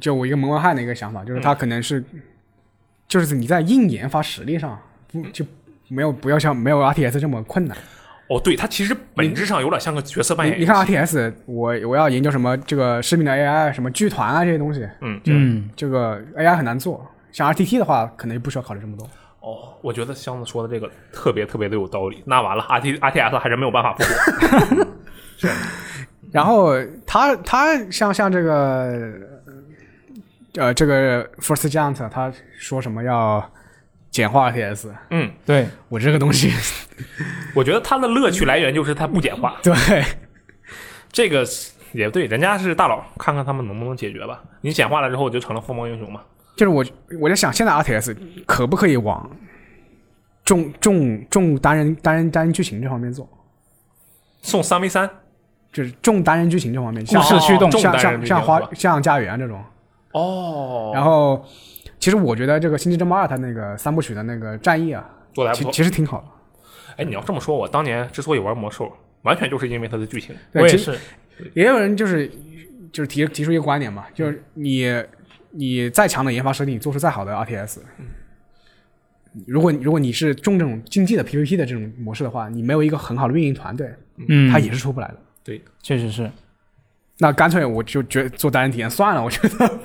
就我一个门外汉的一个想法，就是
嗯
它可能是，就是你在硬研发实力上不就没有不要像没有 RTS 这么困难。
哦，对，它其实本质上有点像个角色扮演
你你看啊 RTS，我我要研究什么这个视频的 AI，什么剧团啊这些东西，
嗯，
嗯，
这个 AI 很难做。像 RTT 的话，可能就不需要考虑这么多。
哦，我觉得箱子说的这个特别特别的有道理。那完了，R T R T S 还是没有办法复活。
然后他他像像这个，呃，这个 First Giant，他说什么要简化 RTS，
嗯，
对，
我这个东西，
我觉得它的乐趣来源就是它不简化，
对，
这个也对，人家是大佬，看看他们能不能解决吧。你简化了之后，就成了锋芒英雄嘛。
就是我我在想，现在 RTS 可不可以往重重重单人单人单人剧情这方面做，
送三 v 三，哦
就是重单人剧情这方面，
故
像
事驱动
重
像
单人
像
的
像
英雄
花
是吧
像家园这种。
哦，
然后，其实我觉得这个《星际争霸二》它那个三部曲的那个战役啊，
做的还
其
不错。
其实挺好的。
哎，你要这么说，我当年之所以玩魔兽，完全就是因为它的剧情。
对
我也
其实
是。
也有人就是就是提提出一个观点嘛，
嗯
就是你你再强的研发设定，你做出再好的 RTS，如果如果你是重这种竞技的 PVP 的这种模式的话，你没有一个很好的运营团队，
嗯，
它也是出不来的。
确实是。
那干脆我就觉得做单人体验算了，我觉得。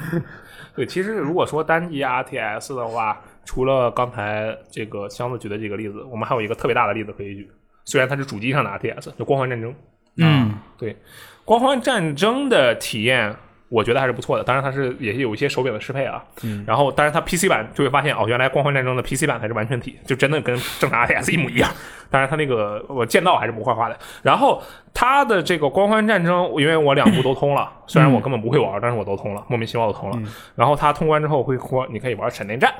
对，其实如果说单一 RTS 的话，除了刚才这个箱子举的这个例子，我们还有一个特别大的例子可以举。虽然它是主机上的 RTS，就《光环战争》。
嗯，
对，《光环战争》的体验，我觉得还是不错的。当然，它是也是有一些手柄的适配啊。嗯。然后，当然它 PC 版就会发现哦，原来《光环战争》的 PC 版才是完全体，就真的跟正常 RTS 一模一样。当然，它那个我剑道还是不会画的。然后它的这个《光环战争》，因为我两部都通
嗯
了，虽然我根本不会玩，但是我都通了，莫名其妙的通了。然后它通关之后会说，你可以玩闪电战。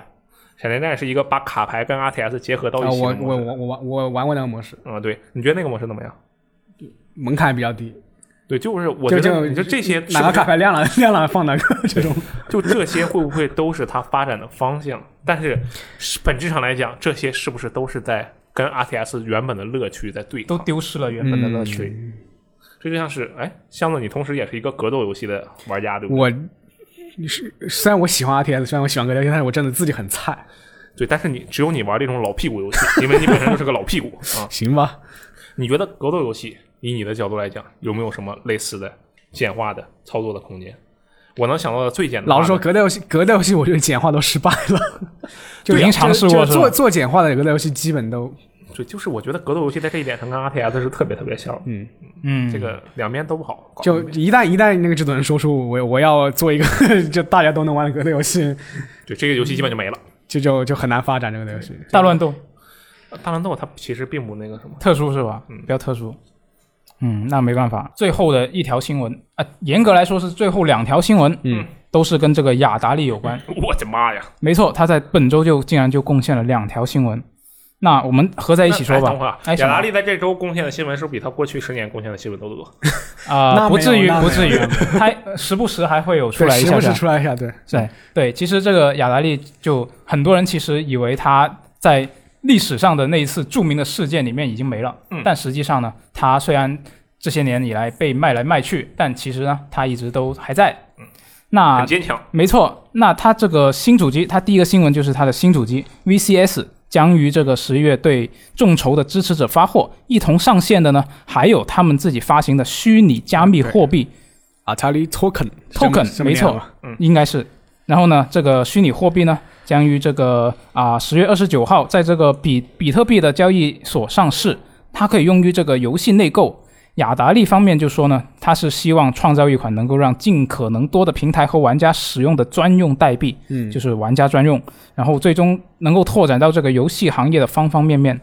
闪电战是一个把卡牌跟 RTS 结合到
啊，
一起
我
的模
我
式。
我我玩我玩过那个模式，
嗯，对，你觉得那个模式怎么样？
门槛比较低，
对，就是我觉
就就
得你说这些
哪
是不
个
是
卡牌亮了 亮了放哪个这种。
就这些会不会都是它发展的方向？但是本质上来讲，这些是不是都是在跟 RTS 原本的乐趣在对
都
抗。
丢失了原本的
嗯
乐趣。
对，这就像是哎，箱子，你同时也是一个格斗游戏的玩家，对不对？
我是虽然我喜欢 RTS，虽然我喜欢格斗，但是我真的自己很菜，
对，但是你只有你玩这种老屁股游戏，因为你本身就是个老屁 股啊。
行吧？
你觉得格斗游戏以你的角度来讲，有没有什么类似的简化的操作的空间？我能想到的最简单，
老实说，，格斗游戏格斗游戏，我觉得简化都失败了， 就
已经尝试
就
过
就是做
吧？
做简化的格斗游戏，基本都
对，就是我觉得格斗游戏在这一点上跟 RTS 是特别特别像的，
嗯，
这个两边都不好。搞
就一旦一旦那个制作人说出我我要做一个 就大家都能玩的格斗游戏，
对这个游戏基本就没了。
就就就很难发展这个游戏。
大乱斗
大乱斗它其实并不那个什么，
特殊是吧？比较特殊。嗯，那没办法。最后的一条新闻啊、严格来说是最后两条新闻，
嗯，
都是跟这个雅达利有关。
我的妈呀！
没错，他在本周就竟然就贡献了两条新闻。那我们合在一起说
那哎等会
吧
儿。
哎，
雅达
利
利在这周贡献的新闻是不是比他过去十年贡献的新闻都多？
啊，
那没有
不至于，
那没有
不至于，他时不时还会有出
对，
来一
时
下
不
下
时。出来一下，对，
对对，其实这个雅达利就很多人其实以为他在历史上的那一次著名的事件里面已经没了，
嗯
但实际上呢，他虽然这些年以来被卖来卖去，但其实呢，他一直都还在。那
嗯很坚强。
没错，那它这个新主机，它第一个新闻就是它的新主机 VCS 将于这个十一月对众筹的支持者发货。一同上线的呢，还有他们自己发行的虚拟加密货币，
啊，查理 token
Token，
这么
没错，应该是。然后呢，这个虚拟货币呢，将于这个啊十、0月二十九号在这个比比特币的交易所上市，它可以用于这个游戏内购。雅达利方面就说呢，它是希望创造一款能够让尽可能多的平台和玩家使用的专用代币，
嗯
就是玩家专用，然后最终能够拓展到这个游戏行业的方方面面。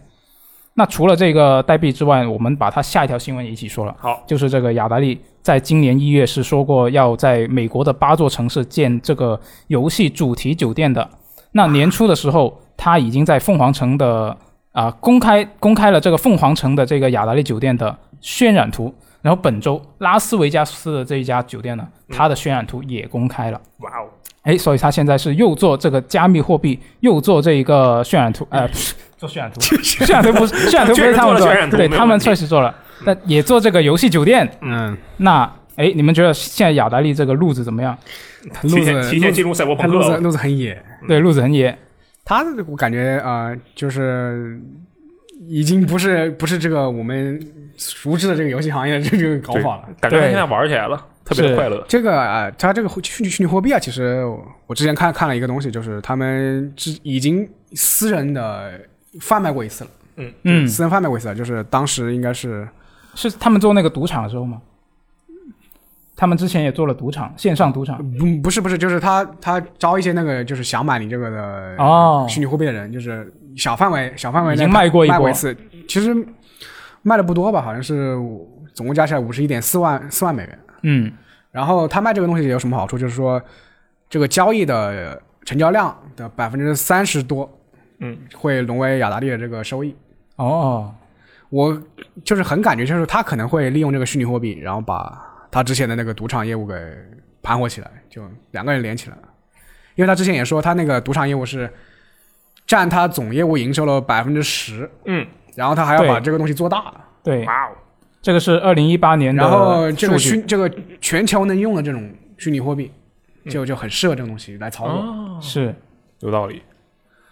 那除了这个代币之外，我们把它下一条新闻也一起说了。
好，
就是这个雅达利在今年一月是说过要在美国的八座城市建这个游戏主题酒店的。那年初的时候，他已经在凤凰城的啊、公开公开了这个凤凰城的这个雅达利酒店的渲染图。然后本周拉斯维加斯的这一家酒店呢，它的渲染图也公开了。
哇哦，
哎，所以他现在是又做这个加密货币，又做这一个渲染图，呃，不是做渲染图， 渲染图 不是渲染图不是
确实
他们
做
做
了渲
的
染，图
对
没有
他们
问题
确实做了，但也做这个游戏酒店。
嗯，
那哎，你们觉得现在雅达利这个路子怎么样？
路
提前
子
提前进入赛博
他
朋克
路子
了，
路子很野，
对，路子很野，
他我感觉啊、呃就是已经不是不是这个我们熟知的这个游戏行业的这个搞法了。
感觉他
对
现在玩起来了，特别的
是
快乐。
这个啊，它这个虚拟虚拟货币啊，其实我我之前看看了一个东西，就是他们之已经私人的贩卖过一次了，
嗯，
私人贩卖过一次了，就是当时应该是
是他们做那个赌场的时候吗？他们之前也做了赌场，线上赌场。
不不是不是，就是他他招一些那个就是想买你这个的
哦
虚拟货币的人，就是小范围小范围内
已经卖过一
卖过
波
一次，其实卖的不多吧，好像是五总共加起来五十一点四万四万美元。
嗯，
然后他卖这个东西有什么好处？就是说这个交易的成交量的百分之三十多，
嗯，
会沦为雅达利的这个收益。
哦，
我就是很感觉，就是他可能会利用这个虚拟货币，然后把他之前的那个赌场业务给盘活起来，就两个人连起来了。因为他之前也说，他那个赌场业务是占他总业务营收了百分之十，
嗯，
然后他还要把
对
这个东西做大，
对，
哇哦，
这个是二零一八年的
然后这个
数据
虚这个全球能用的这种虚拟货币，就就很适合这种东西来操作。
是
有道理。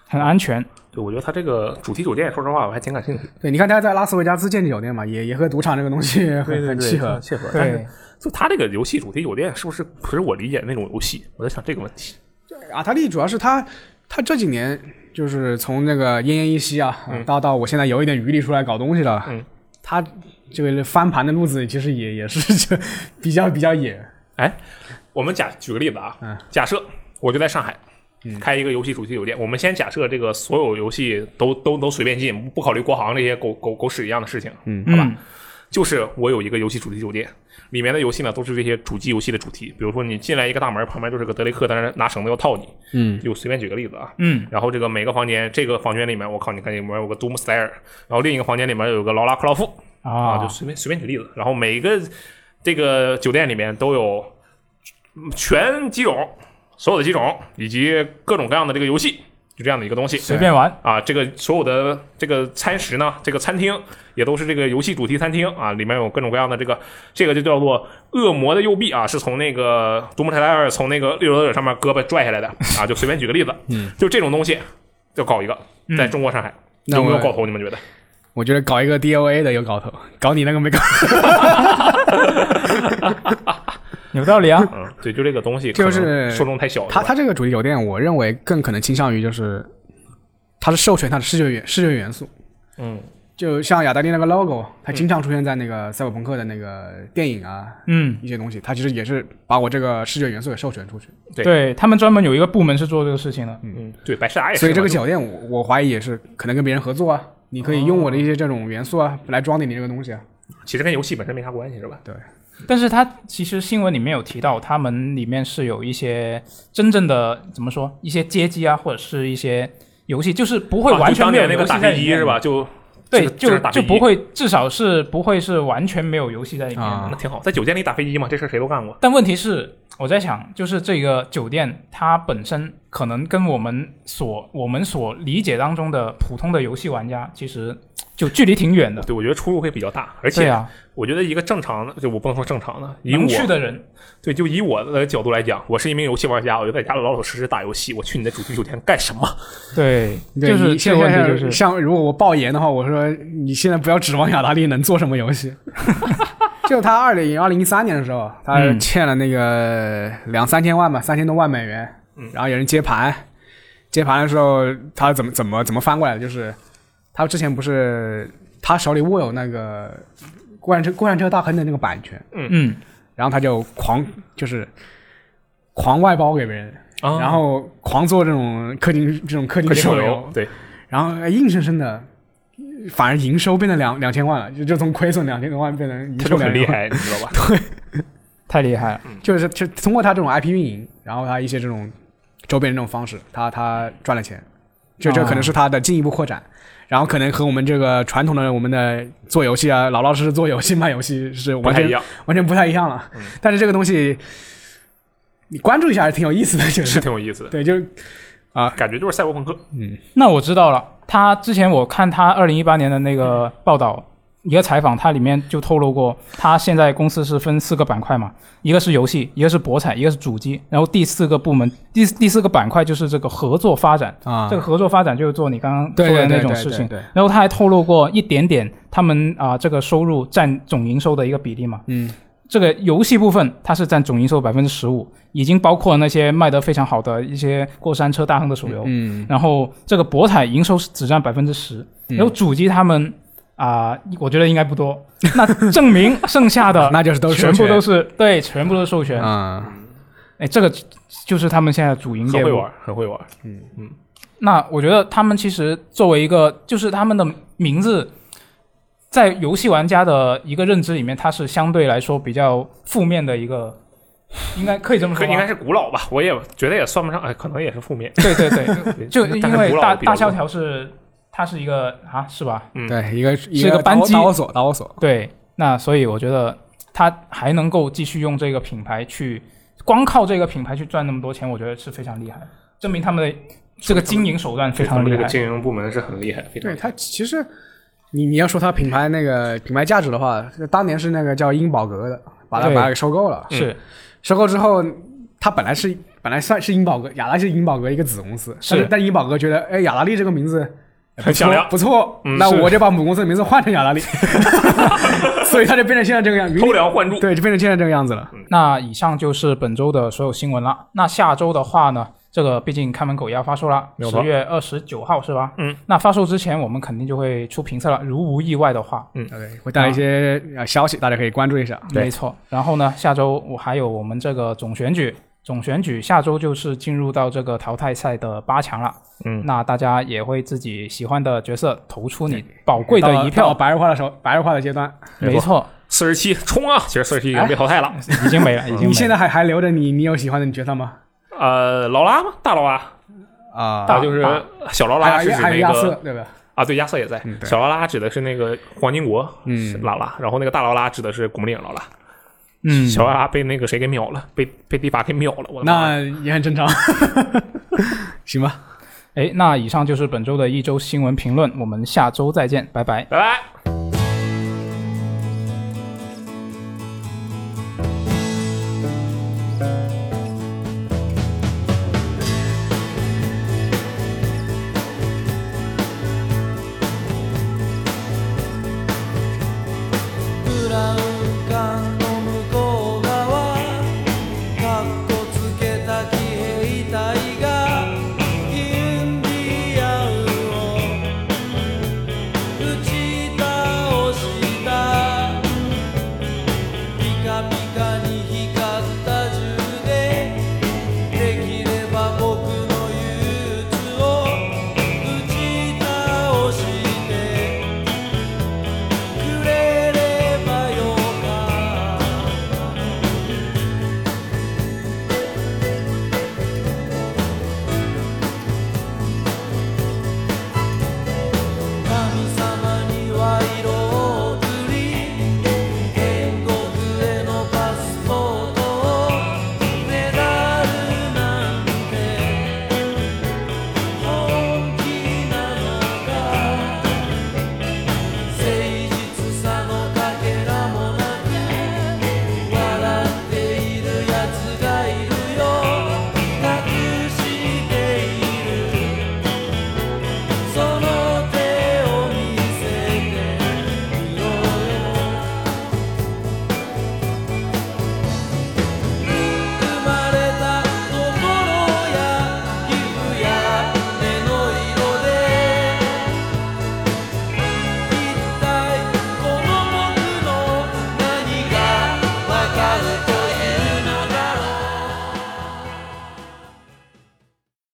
很安全。
对，我觉得他这个主题酒店，说实话我还挺感兴趣。
对，你看他在拉斯维加斯建酒店嘛，也也和赌场这个东西很很契合。
契合。但是
对，
就他这个游戏主题酒店，是不是不是我理解的那种游戏？我在想这个问题。
阿塔利主要是他，他这几年就是从那个奄奄一息啊，到到我现在有一点余力出来搞东西了，
嗯，
他这个翻盘的路子其实也也是就比较比较野，
我们假举个例子啊，
嗯
假设我就在上海。开一个游戏主题酒店，我们先假设这个所有游戏都都都随便进，不考虑国行这些狗狗狗屎一样的事情。
嗯，
就是我有一个游戏主题酒店，里面的游戏呢都是这些主机游戏的主题，比如说你进来一个大门，旁边就是个德雷克，但是拿绳子要套你。
嗯，
就随便举个例子啊。
嗯，
然后这个每个房间，这个房间里面，我靠，你看里面有个 Doomslayer，然后另一个房间里面有个劳拉克劳夫啊，就
啊，
随便随便举例子。然后每个这个酒店里面都有全机种，所有的机种以及各种各样的这个游戏。就这样的一个东西。
随便玩，
啊，这个所有的这个餐食呢，这个餐厅也都是这个游戏主题餐厅啊，里面有各种各样的这个，这个就叫做恶魔的右臂啊，是从那个独木泰莱尔从那个猎手者上面胳膊拽下来的啊，就随便举个例子，嗯，就这种东西就搞一个，在中国上海、
那
有没有
我
搞头？你们觉得？
我觉得搞一个 DOA 的有搞头，搞你那个没搞。
有道理 啊。
嗯，对，就这个东西
就是
可能受众太小了，
它
是吧
它这个主题酒店，我认为更可能倾向于就是，它是授权它的视觉元视觉元素，
嗯
就像雅达利那个 logo，它经常出现在那个赛博朋克的那个电影啊、
嗯，
一些东西，它其实也是把我这个视觉元素给授权出去。
对
对他们专门有一个部门是做这个事情的。
嗯，对，白痴达也是嘛，
所以这个
就
酒店我，我怀疑也是可能跟别人合作啊，你可以用我的一些这种元素啊、来装点你这个东西啊。
其实跟游戏本身没啥关系，是吧？
但是它其实新闻里面有提到，他们里面是有一些真正的怎么说，一些街机啊，或者是一些游戏，就是不会
啊就
完全
当
没有
年那个
游戏
打
在
飞
里
机
面
是吧？？就
对，
这个
就
打飞
就
机
不会，至少是不会是完全没有游戏在里面。
啊
那挺好，在酒店里打飞机嘛，这事儿谁都干过。
但问题是，我在想，就是这个酒店它本身可能跟我们所我们所理解当中的普通的游戏玩家，其实就距离挺远的。
对，我觉得出入会比较大，而
对
且
啊，
我觉得一个正常的，就我不能说正常的，以
能去
我
的人，
对，就以我的角度来讲，我是一名游戏玩家，我就在家老老实实打游戏，我去你的主题酒店干什么？
对，
对
就
你
是这个
现在
问题，就是
像如果我爆言的话，我说你现在不要指望雅达利能做什么游戏。 就他二零二零一三年的时候，他
嗯
欠了那个两三千万吧，三千多万美元，
嗯
然后有人接盘，接盘的时候他怎么怎么怎么翻过来的？就是他之前不是他手里握有那个过山车过山车大亨的那个版权，
嗯，
然后他就狂就是狂外包给别人，
啊
然后狂做这种氪金这种氪金
氪金
手
手
游
游，，对，
然后哎硬生生的，反而营收变成两两千万了，就就从亏损两千多万变成营
他就
收两
很厉
千万，
害，你知 道吧？
太厉害了。
就是就通过他这种 IP 运营，然后他一些这种周边的这种方式，他他赚了钱，就这
哦
可能是他的进一步扩展。然后可能和我们这个传统的我们的做游戏啊，老老实实做游戏卖游戏是
不
完
太
全
一样，
完全不太一样了。但是这个东西，你关注一下还是挺有意思的，就是是
挺有意思的，
对，就是
感觉就是赛博朋克。
那我知道了，他之前我看他二零一八年的那个报道。一个采访，他里面就透露过，他现在公司是分四个板块嘛，一个是游戏，一个是博彩，一个是主机，然后第四个部门，第第四个板块就是这个合作发展，
啊
这个合作发展就是做你刚刚
对
说
对
的那
对
种
对
事
对
情。
对
然后他还透露过一点点他们啊、这个收入占总营收的一个比例嘛。
嗯，
这个游戏部分它是占总营收百分之十五，已经包括了那些卖得非常好的一些过山车大亨的手游。
嗯，
然后这个博彩营收是只占百分之十，然后主机他们啊、我觉得应该不多。那证明剩下 的
啊那就是都是
全部都
是
是对，全部都是授权。
啊。
哎，这个就是他们现在的主营
很
业
会
务。
玩，很会玩。
那我觉得他们其实作为一个，就是他们的名字，在游戏玩家的一个认知里面，它是相对来说比较负面的一个，应该可以这么
可
说
应该
吗？
是古老吧，我也觉得也算不上，哎，可能也是负面。
对 对对，
对
就
但
因
是
为
古老
大
比较
大萧
多
条是它是一个啊，是吧？
嗯
对，一个一
是个扳
导
机
导火索，导火索。
对，那所以我觉得他还能够继续用这个品牌去，光靠这个品牌去赚那么多钱，我觉得是非常厉害，证明他们的这个经营手段非
对他
常
们这
厉
个
害。
经营部门是很厉害，非常
对
厉害
它其实，你你要说它品牌那个品牌价值的话，当年是那个叫英宝格的，把它
对
把它给收购了。
是，
收购之后，它本来是本来算是英宝格，雅达是英宝格一个子公司，但
是
但英宝格觉得，哎，雅达利这个名字。哎
很响亮
不错，不错
嗯
那
是
我就把母公司的名字换 成雅达利，所以它就变成现在这个样，
偷嗯梁换柱。
对，就变成现在这个样子了。
那以上就是本周的所有新闻了。那下周的话呢，这个毕竟看门狗也要发售了，
没有错
十月二十九号是吧？
嗯。
那发售之前我们肯定就会出评测了，如无意外的话，
对，会带来一些呃消息，大家可以关注一下。
啊对
没错。然后呢，下周我还有我们这个总选举，总选举下周就是进入到这个淘汰赛的八强了。
嗯，
那大家也会自己喜欢的角色投出你宝贵的一
到到
票。
白热化的时候，白热化的阶段，
没错，
四十七冲啊！其实四十七已经被淘汰了。
已经没了，已经没了。
你现在还还留着你你有喜欢的角色吗？
呃，劳拉吗？大劳拉，
啊
大就是
大
小劳拉
还
是
有
指
还有
那
亚
个
瑟对吧？
啊，对，亚瑟也在。
嗯对
小劳拉指的是那个黄金国，
嗯
是劳拉，然后那个大劳拉指的是古墓丽影劳拉。
嗯，
小劳拉被那个谁给秒了，被被蒂法给秒了。我的妈呀！
那也很正常，行吧？
哎，那以上就是本周的一周新闻评论，我们下周再见，拜拜。
拜拜。